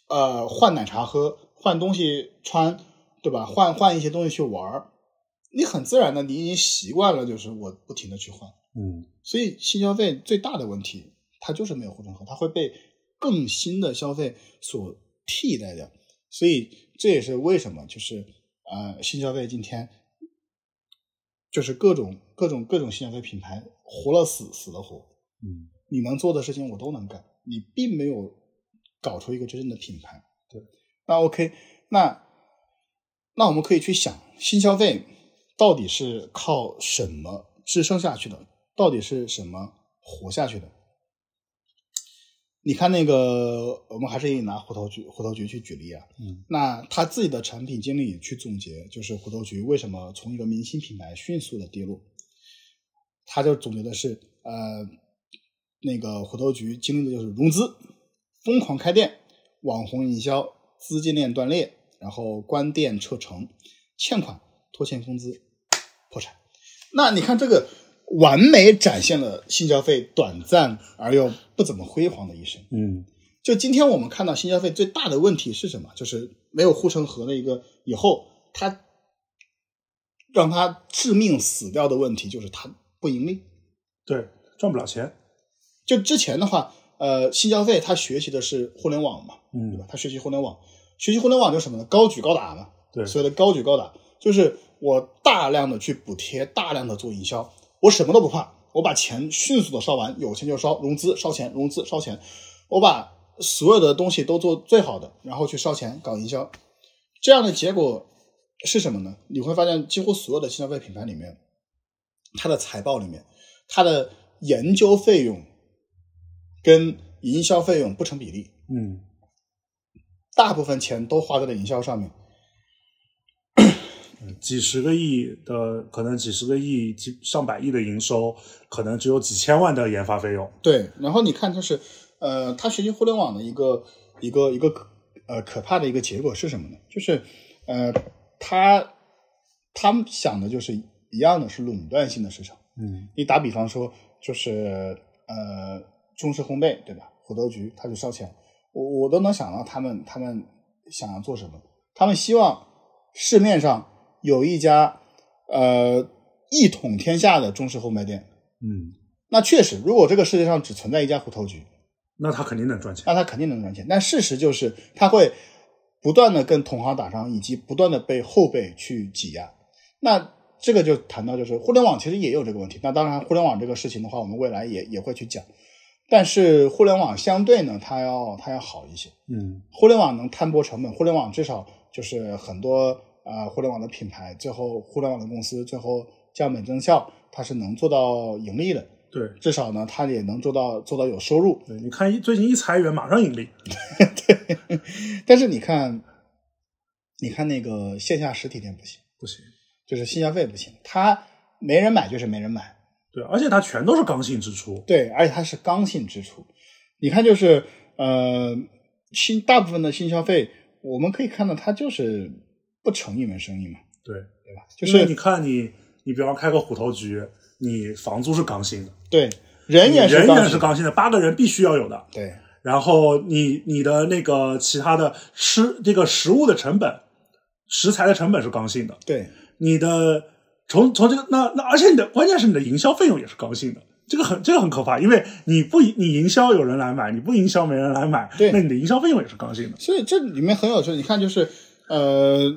Speaker 2: 呃换奶茶喝，换东西穿，对吧？换换一些东西去玩儿，你很自然的你已经习惯了，就是我不停的去换。
Speaker 1: 嗯，
Speaker 2: 所以新消费最大的问题，它就是没有护城河，它会被更新的消费所替代掉。所以这也是为什么，就是呃，新消费今天就是各种各种各种新消费品牌活了死，死了活。
Speaker 1: 嗯，
Speaker 2: 你能做的事情我都能干，你并没有搞出一个真正的品牌。
Speaker 1: 对，
Speaker 2: 那 OK，那那我们可以去想，新消费到底是靠什么支撑下去的？到底是什么活下去的？你看那个，我们还是以拿虎头局虎头局去举例啊。
Speaker 1: 嗯，
Speaker 2: 那他自己的产品经理去总结，就是虎头局为什么从一个明星品牌迅速的跌落，他就总结的是，呃，那个虎头局经历的就是融资、疯狂开店、网红营销、资金链断裂，然后关店撤城、欠款、拖欠工资、破产。那你看这个，完美展现了新消费短暂而又不怎么辉煌的一生。
Speaker 1: 嗯，
Speaker 2: 就今天我们看到新消费最大的问题是什么？就是没有护城河的一个以后，它让它致命死掉的问题就是它不盈利。
Speaker 1: 对，赚不了钱。
Speaker 2: 就之前的话，呃，新消费它学习的是互联网嘛，对
Speaker 1: 嗯
Speaker 2: 吧，？它学习互联网，学习互联网就是什么呢？高举高打嘛，
Speaker 1: 对
Speaker 2: 所谓的高举高打。就是我大量的去补贴，大量的做营销，我什么都不怕，我把钱迅速的烧完，有钱就烧，融资烧钱，融资烧钱，我把所有的东西都做最好的，然后去烧钱搞营销，这样的结果是什么呢？你会发现，几乎所有的新消费品牌里面，它的财报里面，它的研究费用跟营销费用不成比例，
Speaker 1: 嗯，
Speaker 2: 大部分钱都花在了营销上面。
Speaker 1: 嗯几十个亿的，可能几十个亿、几上百亿的营收，可能只有几千万的研发费用。
Speaker 2: 对，然后你看，就是呃，它学习互联网的一个一个一个可呃可怕的一个结果是什么呢？就是呃，它他们想的就是一样的是垄断性的市场。
Speaker 1: 嗯
Speaker 2: 你打比方说，就是呃，中式烘焙对吧？虎头局它就烧钱，我我都能想到他们他们想要做什么。他们希望市面上有一家呃一统天下的中式烘焙店。
Speaker 1: 嗯，
Speaker 2: 那确实，如果这个世界上只存在一家虎头局，
Speaker 1: 那他肯定能赚钱。
Speaker 2: 那他肯定能赚钱。但事实就是，他会不断的跟同行打仗，以及不断的被后辈去挤压。那这个就谈到就是互联网其实也有这个问题。那当然，互联网这个事情的话，我们未来也也会去讲。但是互联网相对呢，它要它要好一些。
Speaker 1: 嗯
Speaker 2: 互联网能摊薄成本，互联网至少就是很多呃互联网的品牌，最后互联网的公司最后降本增效，它是能做到盈利的。
Speaker 1: 对，
Speaker 2: 至少呢，它也能做到做到有收入。
Speaker 1: 对，你看一最近一裁员，马上盈利。
Speaker 2: 但是你看，你看那个线下实体店不行，
Speaker 1: 不行，
Speaker 2: 就是新消费不行，它没人买就是没人买，
Speaker 1: 对，而且它全都是刚性支出。
Speaker 2: 对，而且它是刚性支出。你看，就是呃，新大部分的新消费，我们可以看到它就是不成一门生意嘛，
Speaker 1: 对，
Speaker 2: 对吧？就
Speaker 1: 因为你
Speaker 2: 是
Speaker 1: 看你，你比方开个虎头局，你房租是刚性的，
Speaker 2: 对，人也是
Speaker 1: 人
Speaker 2: 刚
Speaker 1: 员是
Speaker 2: 性，
Speaker 1: 刚性的，八个人必须要有的。
Speaker 2: 对
Speaker 1: 然后你你的那个其他的吃这个食物的成本，食材的成本是刚性的，
Speaker 2: 对
Speaker 1: 你的从从这个那那，而且你的关键是你的营销费用也是刚性的，这个很这个很可怕，因为你不你营销有人来买，你不营销没人来买，
Speaker 2: 对
Speaker 1: 那你的营销费用也是刚性的，
Speaker 2: 所以这里面很有趣，你看就是呃，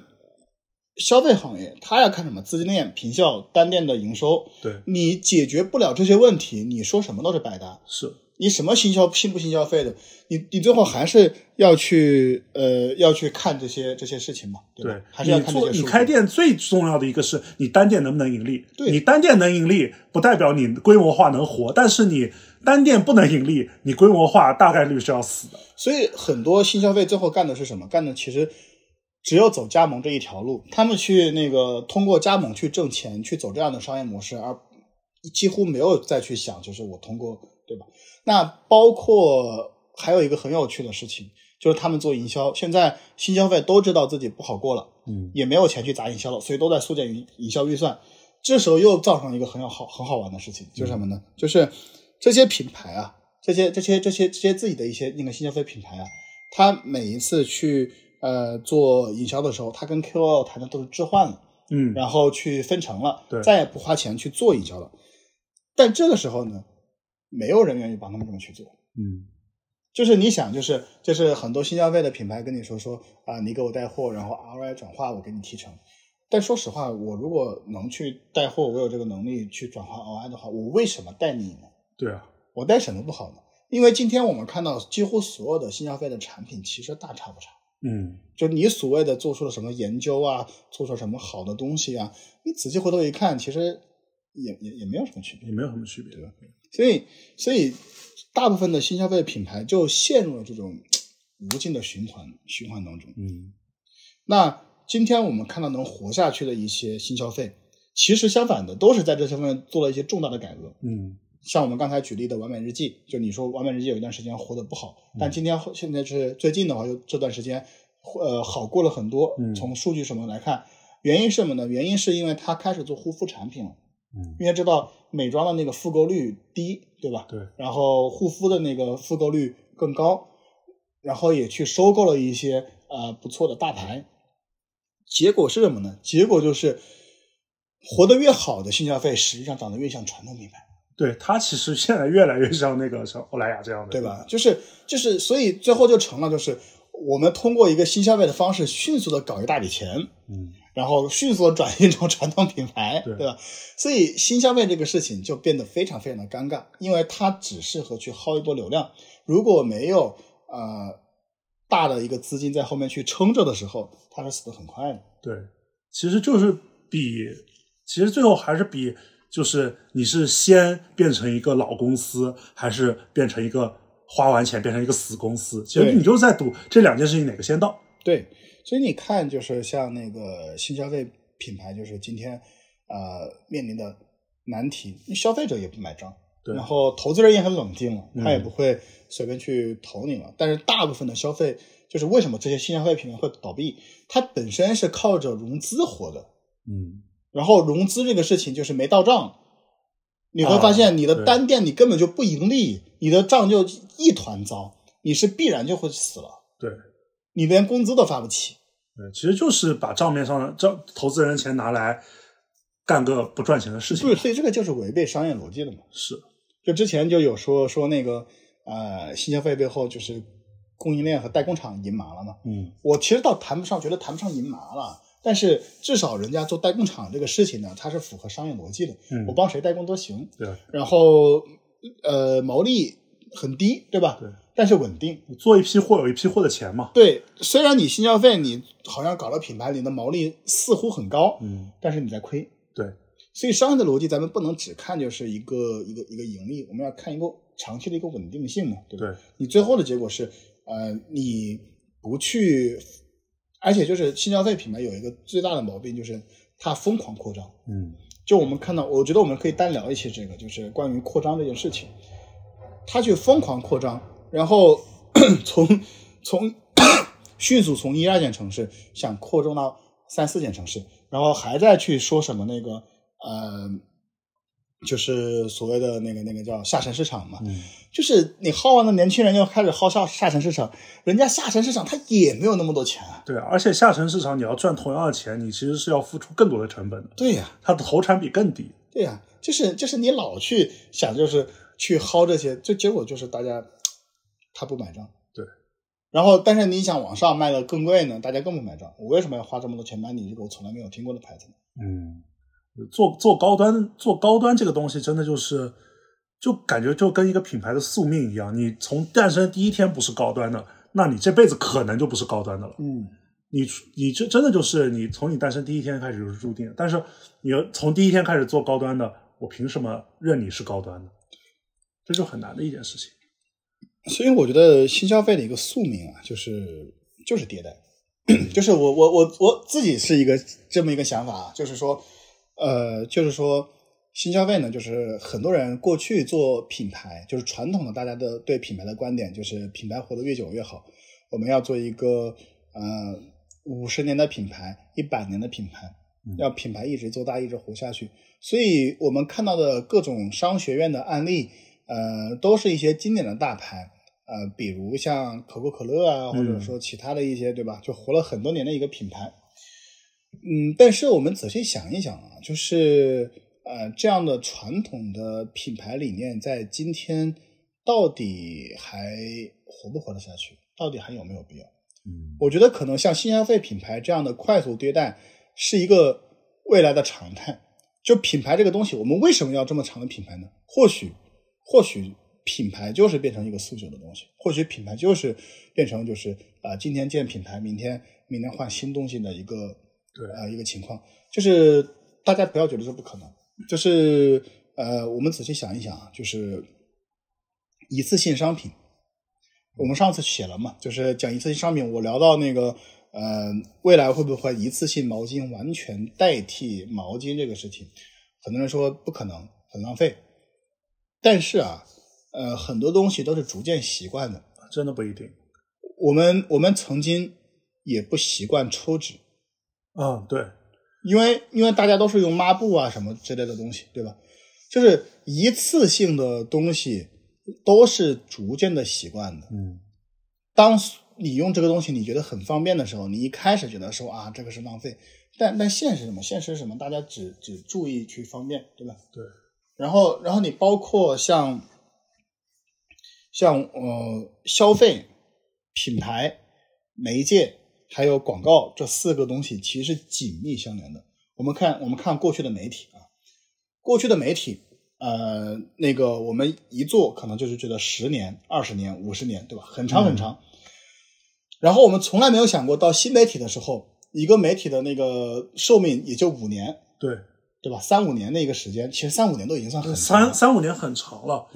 Speaker 2: 消费行业它要看什么资金链、平效、单店的营收。
Speaker 1: 对，
Speaker 2: 你解决不了这些问题，你说什么都是白搭。
Speaker 1: 是，
Speaker 2: 你什么新消新不新消费的，你你最后还是要去呃要去看这些这些事情嘛，对吧？
Speaker 1: 对，
Speaker 2: 还是要
Speaker 1: 你
Speaker 2: 看这
Speaker 1: 做
Speaker 2: 些
Speaker 1: 你
Speaker 2: 数据。
Speaker 1: 开店最重要的一个是你单店能不能盈利，
Speaker 2: 对
Speaker 1: 你单店能盈利不代表你规模化能活，但是你单店不能盈利，你规模化大概率是要死的，
Speaker 2: 所以很多新消费最后干的是什么？干的其实只有走加盟这一条路，他们去那个通过加盟去挣钱，去走这样的商业模式，而几乎没有再去想，就是我通过对吧？那包括还有一个很有趣的事情，就是他们做营销，现在新消费都知道自己不好过了，
Speaker 1: 嗯，
Speaker 2: 也没有钱去砸营销了，所以都在缩减营营销预算。这时候又造成了一个很有好很好玩的事情，就是什么呢？就是这些品牌啊，这些这些这些这些自己的一些那个新消费品牌啊，它每一次去呃做营销的时候，它跟 KOL 谈的都是置换了，
Speaker 1: 嗯，
Speaker 2: 然后去分成了，
Speaker 1: 对
Speaker 2: 再也不花钱去做营销了。但这个时候呢，没有人愿意帮他们这么去做，
Speaker 1: 嗯，
Speaker 2: 就是你想，就是就是很多新消费的品牌跟你说说啊，你给我带货，然后 ROI 转化我给你提成。但说实话，我如果能去带货，我有这个能力去转化 ROI 的话，我为什么带你呢？
Speaker 1: 对啊，
Speaker 2: 我带什么不好呢？因为今天我们看到几乎所有的新消费的产品其实大差不差，
Speaker 1: 嗯，
Speaker 2: 就你所谓的做出了什么研究啊，做出了什么好的东西啊，你仔细回头一看，其实也也也没有什么区别。
Speaker 1: 也没有什么区别，对
Speaker 2: 所以，所以大部分的新消费品牌就陷入了这种无尽的循环循环当中。
Speaker 1: 嗯，
Speaker 2: 那今天我们看到能活下去的一些新消费，其实相反的都是在这些方面做了一些重大的改革。
Speaker 1: 嗯，
Speaker 2: 像我们刚才举例的完美日记，就你说完美日记有一段时间活得不
Speaker 1: 嗯
Speaker 2: 好，但今天现在是最近的话，就这段时间，呃，好过了很多
Speaker 1: 嗯。
Speaker 2: 从数据什么来看，原因是什么呢？原因是因为他开始做护肤产品了。
Speaker 1: 嗯，
Speaker 2: 因为知道美妆的那个复购率低，对吧？
Speaker 1: 对，
Speaker 2: 然后护肤的那个复购率更高，然后也去收购了一些呃不错的大牌。结果是什么呢？结果就是活得越好的新消费，实际上长得越像传统品牌，
Speaker 1: 对，它其实现在越来越像那个像欧莱雅这样的，
Speaker 2: 对吧？？就是就是，所以最后就成了就是我们通过一个新消费的方式，迅速的搞一大笔钱，
Speaker 1: 嗯，
Speaker 2: 然后迅速地转型成传统品牌，
Speaker 1: 对
Speaker 2: 对吧？所以新消费这个事情就变得非常非常的尴尬，因为它只适合去薅一波流量，如果没有呃大的一个资金在后面去撑着的时候，它是死得很快的。
Speaker 1: 对，其实就是比，其实最后还是比，就是你是先变成一个老公司，还是变成一个花完钱变成一个死公司？其实
Speaker 2: 对
Speaker 1: 你就是在赌这两件事情哪个先到。
Speaker 2: 对，所以你看，就是像那个新消费品牌，就是今天呃面临的难题，因为消费者也不买账，
Speaker 1: 对
Speaker 2: 然后投资人也很冷静了，他也
Speaker 1: 嗯
Speaker 2: 不会随便去投你了。但是大部分的消费，就是为什么这些新消费品牌会倒闭，它本身是靠着融资活的，
Speaker 1: 嗯，
Speaker 2: 然后融资这个事情就是没到账，你会发
Speaker 1: 啊
Speaker 2: 现你的
Speaker 1: 对
Speaker 2: 单店你根本就不盈利，你的账就一团糟，你是必然就会死了，
Speaker 1: 对
Speaker 2: 你连工资都发不起。
Speaker 1: 对，其实就是把账面上的账投资人的钱拿来干个不赚钱的事情
Speaker 2: 不。是，所以这个就是违背商业逻辑的嘛。
Speaker 1: 是，
Speaker 2: 就之前就有说说那个呃，新消费背后就是供应链和代工厂赢麻了嘛。
Speaker 1: 嗯，
Speaker 2: 我其实倒谈不上，觉得谈不上赢麻了，但是至少人家做代工厂这个事情呢，它是符合商业逻辑的。
Speaker 1: 嗯
Speaker 2: 我帮谁代工都行，
Speaker 1: 对啊，
Speaker 2: 然后呃，毛利很低，对吧？
Speaker 1: 对
Speaker 2: 但是稳定。
Speaker 1: 你做一批货有一批货的钱嘛。
Speaker 2: 对，虽然你新消费，你好像搞了品牌，你的毛利似乎很高，
Speaker 1: 嗯，
Speaker 2: 但是你在亏。
Speaker 1: 对，
Speaker 2: 所以商业的逻辑，咱们不能只看就是一个一个一个盈利，我们要看一个长期的一个稳定性嘛，对吧？
Speaker 1: 对，
Speaker 2: 你最后的结果是，呃，你不去，而且就是新消费品牌有一个最大的毛病就是它疯狂扩张。
Speaker 1: 嗯，
Speaker 2: 就我们看到，我觉得我们可以单聊一期这个，就是关于扩张这件事情。他去疯狂扩张，然后 (clears throat) 从从 (clears throat) 迅速从一二线城市想扩张到三四线城市，然后还在去说什么那个呃，就是所谓的那个那个叫下沉市场嘛，
Speaker 1: 嗯
Speaker 2: 就是你薅完的年轻人又开始薅下下沉市场，人家下沉市场他也没有那么多钱啊，
Speaker 1: 对，而且下沉市场你要赚同样的钱，你其实是要付出更多的成本的，
Speaker 2: 对呀、
Speaker 1: 它的投产比更低。
Speaker 2: 对呀、就是就是你老去想，就是去薅这些，就结果就是大家他不买账。
Speaker 1: 对。
Speaker 2: 然后，但是你想往上卖的更贵呢，大家更不买账。我为什么要花这么多钱买你这个我从来没有听过的牌子呢？
Speaker 1: 嗯，做做高端做高端这个东西，真的就是就感觉就跟一个品牌的宿命一样，你从诞生第一天不是高端的，那你这辈子可能就不是高端的了。
Speaker 2: 嗯，
Speaker 1: 你你这真的就是你从你诞生第一天开始就是注定的，但是你要从第一天开始做高端的，我凭什么认你是高端的？这就很难的一件事情。
Speaker 2: 所以我觉得新消费的一个宿命啊，就是就是迭代， (clears throat) 就是我我我我自己是一个这么一个想法啊，就是说，呃，就是说新消费呢，就是很多人过去做品牌，就是传统的大家的对品牌的观点就是品牌活得越久越好，我们要做一个呃五十年的品牌，一百年的品牌
Speaker 1: 嗯，
Speaker 2: 要品牌一直做大，一直活下去。所以我们看到的各种商学院的案例，呃，都是一些经典的大牌，呃，比如像可口可乐啊，或者说其他的一些，对吧？就活了很多年的一个品牌。嗯，但是我们仔细想一想啊，就是呃，这样的传统的品牌理念，在今天到底还活不活得下去？到底还有没有必要？
Speaker 1: 嗯，
Speaker 2: 我觉得可能像新消费品牌这样的快速迭代是一个未来的常态。就品牌这个东西，我们为什么要这么长的品牌呢？或许，或许品牌就是变成一个速朽的东西，或许品牌就是变成就是啊、呃今天建品牌，明天明天换新东西的一个
Speaker 1: 对
Speaker 2: 啊、呃一个情况，就是大家不要觉得这不可能，就是呃，我们仔细想一想啊，就是一次性商品，我们上次写了嘛，就是讲一次性商品，我聊到那个呃，未来会不会一次性毛巾完全代替毛巾这个事情，很多人说不可能，很浪费，但是啊，呃，很多东西都是逐渐习惯的，
Speaker 1: 真的不一定。
Speaker 2: 我们我们曾经也不习惯抽纸。
Speaker 1: 嗯，对，
Speaker 2: 因为因为大家都是用抹布啊什么之类的东西，对吧？就是一次性的东西都是逐渐的习惯的。
Speaker 1: 嗯。
Speaker 2: 当你用这个东西你觉得很方便的时候，你一开始觉得说啊这个是浪费，但但现实是什么？现实是什么？大家只只注意去方便，对吧？
Speaker 1: 对。
Speaker 2: 然后然后你包括像像呃消费、品牌、媒介还有广告这四个东西其实是紧密相连的。我们看，我们看过去的媒体啊，过去的媒体，呃，那个我们一做可能就是觉得十年、二十年、五十年，对吧？很长很长。然后我们从来没有想过，到新媒体的时候，一个媒体的那个寿命也就五年，
Speaker 1: 对，
Speaker 2: 对吧？三五年的一个时间，其实三五年都已经算很长
Speaker 1: 三
Speaker 2: 了。
Speaker 1: 三五年很长了，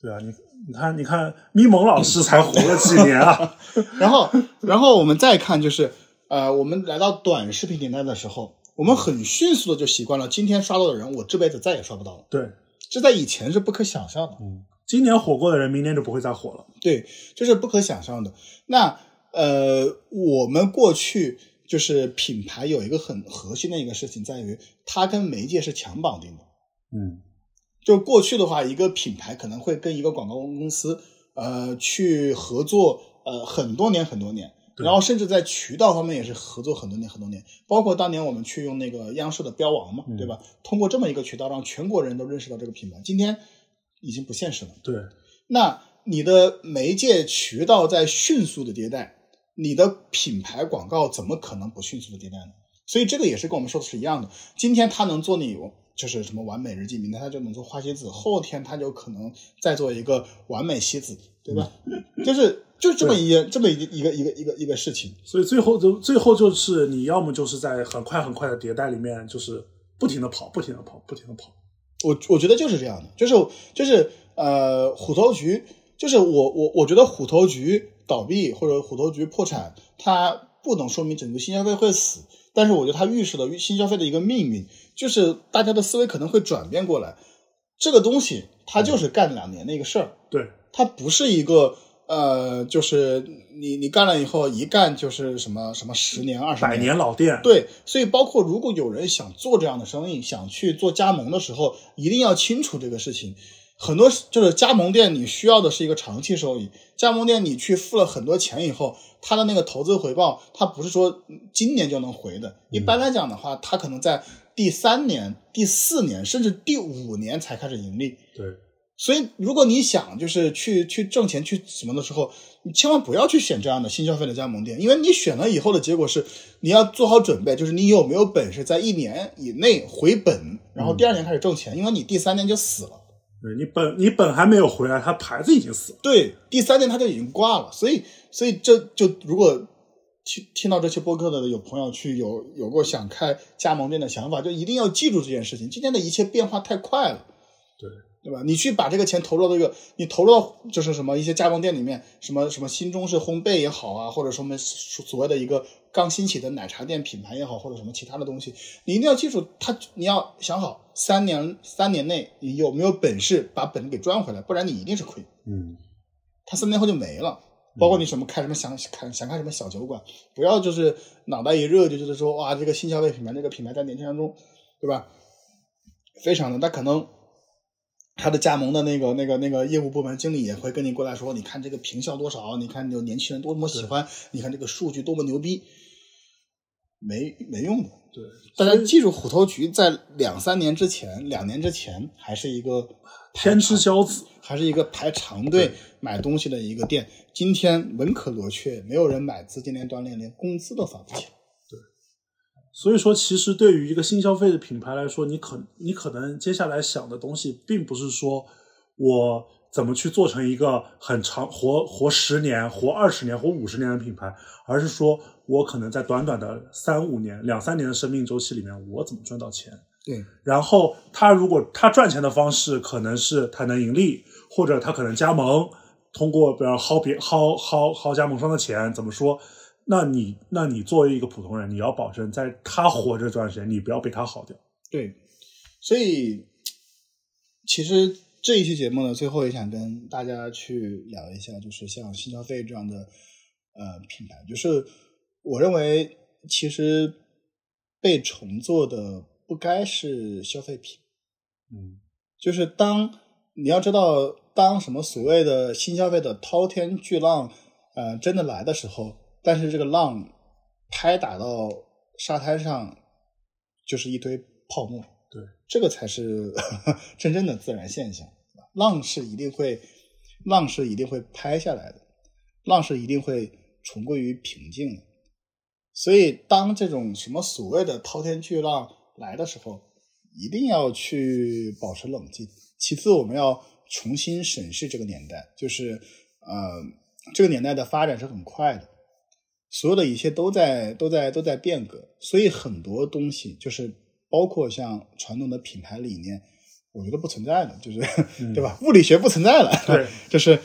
Speaker 1: 对啊，你你看你看，咪蒙老师才活了几年 (laughs) 啊，
Speaker 2: 然后，然后我们再看就是，呃，我们来到短视频年代的时候，我们很迅速的就习惯了，今天刷到的人，我这辈子再也刷不到了。
Speaker 1: 对，
Speaker 2: 这在以前是不可想象的，
Speaker 1: 今年火过的人，明年就不会再火了，
Speaker 2: 对，这是不可想象的。那呃，我们过去就是品牌有一个很核心的一个事情，在于它跟媒介是强绑定的。
Speaker 1: 嗯，
Speaker 2: 就过去的话，一个品牌可能会跟一个广告公司呃去合作呃很多年很多年，
Speaker 1: 对
Speaker 2: 然后甚至在渠道方面也是合作很多年很多年，包括当年我们去用那个央视的标王嘛，
Speaker 1: 嗯
Speaker 2: 对吧？通过这么一个渠道，让全国人都认识到这个品牌，今天已经不现实了。
Speaker 1: 对，
Speaker 2: 那你的媒介渠道在迅速的迭代，你的品牌广告怎么可能不迅速的迭代呢？所以这个也是跟我们说的是一样的。今天它能做你就是什么完美日记，明天它就能做花西子，后天它就可能再做一个完美西子，对吧？就是就这么一这么一个一个一个一个一个事情。
Speaker 1: 所以最后就最后就是你要么就是在很快很快的迭代里面，就是不停的跑，不停的跑，不停的跑，
Speaker 2: 我我觉得就是这样的，就是就是呃，虎头局，就是我我我觉得虎头局倒闭或者虎头局破产，它不能说明整个新消费会死，但是我觉得它预示了新消费的一个命运，就是大家的思维可能会转变过来，这个东西它就是干两年的一个事儿，
Speaker 1: 对，
Speaker 2: 它不是一个。呃，就是你你干了以后，一干就是什么什么十年二十
Speaker 1: 百年老店，
Speaker 2: 对，所以包括如果有人想做这样的生意，想去做加盟的时候，一定要清楚这个事情。很多就是加盟店，你需要的是一个长期收益。加盟店你去付了很多钱以后，它的那个投资回报，它不是说今年就能回的。一般来讲的话，它可能在第三年、第四年，甚至第五年才开始盈利。
Speaker 1: 对
Speaker 2: 所以，如果你想就是去去挣钱去什么的时候，你千万不要去选这样的新消费的加盟店，因为你选了以后的结果是，你要做好准备，就是你有没有本事在一年以内回本，然后第二年开始挣钱，因为你第三年就死了。
Speaker 1: 对，你本你本还没有回来，他牌子已经死了，
Speaker 2: 对，第三年他就已经挂了，所以，所以这就如果听听到这期播客的有朋友去有有过想开加盟店的想法，就一定要记住这件事情。今天的一切变化太快了，
Speaker 1: 对
Speaker 2: 对吧？你去把这个钱投入到这个，你投入到就是什么一些加盟店里面，什么什么新中式烘焙也好啊，或者什么所所谓的一个刚兴起的奶茶店品牌也好，或者什么其他的东西，你一定要记住它，你要想好三年三年内你有没有本事把本给赚回来，不然你一定是亏。
Speaker 1: 嗯，
Speaker 2: 他三年后就没了。包括你什么开什么想开想开什么小酒馆，不要就是脑袋一热就觉得说哇这个新消费品牌这个品牌在年轻人中，对吧？非常的，那可能他的加盟的那个那个那个业务部门经理也会跟你过来说，你看这个评效多少，你看有年轻人多么喜欢，你看这个数据多么牛逼，没没用的。
Speaker 1: 对，
Speaker 2: 大家记住，虎头局在两三年之前、两年之前还是一个
Speaker 1: 天之骄子，
Speaker 2: 还是一个排长队买东西的一个店。今天文可罗雀，没有人买资金链锻炼，连工资都发不起。
Speaker 1: 所以说，其实对于一个新消费的品牌来说，你可你可能接下来想的东西，并不是说我怎么去做成一个很长活活十年、活二十年、活五十年的品牌，而是说我可能在短短的三五年、两三年的生命周期里面，我怎么赚到钱。
Speaker 2: 对
Speaker 1: 然后他如果他赚钱的方式可能是他能盈利，或者他可能加盟，通过比如薅别薅薅薅加盟商的钱，怎么说？那你那你作为一个普通人，你要保证在他活着这段时间，你不要被他耗掉。
Speaker 2: 对，所以其实这一期节目呢，最后也想跟大家去聊一下，就是像新消费这样的呃品牌，就是我认为其实被重做的不该是消费品。
Speaker 1: 嗯，
Speaker 2: 就是当你要知道，当什么所谓的新消费的滔天巨浪，呃，真的来的时候，但是这个浪拍打到沙滩上，就是一堆泡沫。
Speaker 1: 对，
Speaker 2: 这个才是 (laughs) 真正的自然现象。对吧浪是一定会，浪是一定会拍下来的，浪是一定会重归于平静的。所以，当这种什么所谓的滔天巨浪来的时候，一定要去保持冷静。其次，我们要重新审视这个年代，就是呃，这个年代的发展是很快的，所有的一切都在都在都在变革，所以很多东西就是包括像传统的品牌理念，我觉得不存在了，就是、对吧？物理学不存在了，
Speaker 1: 对，
Speaker 2: (laughs) 就是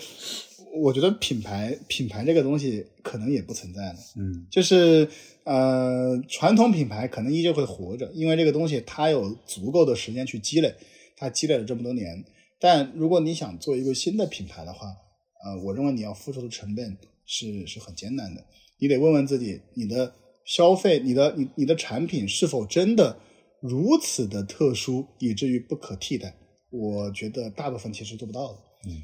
Speaker 2: 我觉得品牌品牌这个东西可能也不存在了。
Speaker 1: 嗯
Speaker 2: 就是呃，传统品牌可能依旧会活着，因为这个东西它有足够的时间去积累，它积累了这么多年。但如果你想做一个新的品牌的话，呃，我认为你要付出的成本是是很艰难的。你得问问自己，你的消费、你的你你的产品是否真的如此的特殊，以至于不可替代？我觉得大部分其实做不到的。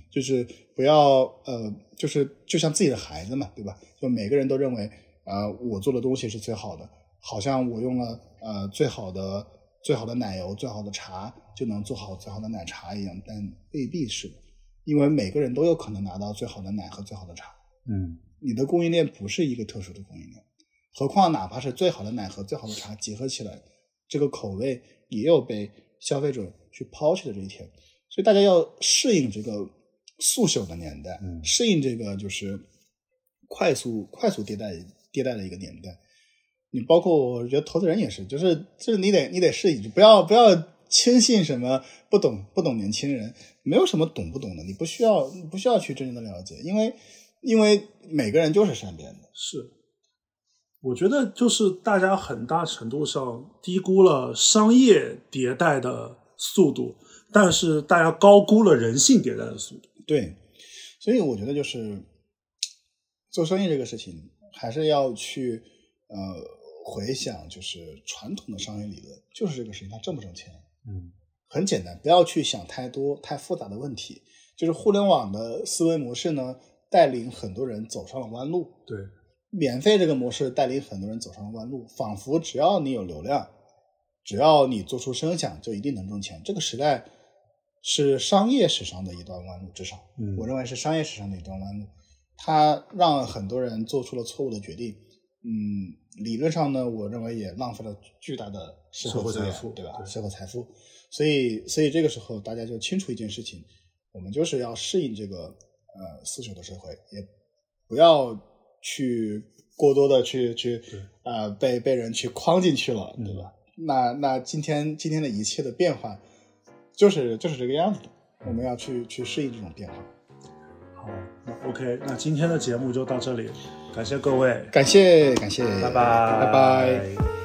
Speaker 2: 就是不要呃，就是就像自己的孩子嘛，对吧？就每个人都认为啊、呃我做的东西是最好的，好像我用了呃最好的最好的奶油、最好的茶就能做好最好的奶茶一样，但未必是的，因为每个人都有可能拿到最好的奶和最好的茶。
Speaker 1: 嗯
Speaker 2: 你的供应链不是一个特殊的供应链，何况哪怕是最好的奶和最好的茶结合起来，这个口味也有被消费者去抛弃的这一天。所以大家要适应这个速朽的年代，
Speaker 1: 嗯
Speaker 2: 适应这个就是快速快速迭代迭代的一个年代。你包括我觉得投资人也是，就是就是你得你得适应，不要不要轻信什么不懂不懂年轻人，没有什么懂不懂的，你不需要不需要去真正的了解，因为因为每个人就是善变的，
Speaker 1: 是。我觉得就是大家很大程度上低估了商业迭代的速度，但是大家高估了人性迭代的速度。
Speaker 2: 对，所以我觉得就是做生意这个事情，还是要去呃回想，就是传统的商业理论，就是这个事情它挣不挣钱，
Speaker 1: 嗯
Speaker 2: 很简单，不要去想太多太复杂的问题。就是互联网的思维模式呢，带领很多人走上了弯路。
Speaker 1: 对，
Speaker 2: 免费这个模式带领很多人走上了弯路，仿佛只要你有流量，只要你做出声响，就一定能挣钱。这个时代是商业史上的一段弯路，至少、
Speaker 1: 嗯
Speaker 2: 我认为是商业史上的一段弯路。它让很多人做出了错误的决定，嗯，理论上呢，我认为也浪费了巨大的社
Speaker 1: 社会
Speaker 2: 会资源
Speaker 1: 财富
Speaker 2: 对吧？
Speaker 1: 对
Speaker 2: 社会财富，所以，所以这个时候大家就清楚一件事情，我们就是要适应这个呃四朽的社会，也不要去过多的去去
Speaker 1: 对
Speaker 2: 呃被被人去框进去了，
Speaker 1: 嗯
Speaker 2: 对吧？那那今天今天的一切的变化，就是就是这个样子的，我
Speaker 1: 嗯
Speaker 2: 们要去去适应这种变化。
Speaker 1: 好，那 OK，那今天的节目就到这里，感谢各位，
Speaker 2: 感谢感谢，
Speaker 1: 拜拜，
Speaker 2: 拜拜。
Speaker 1: 拜。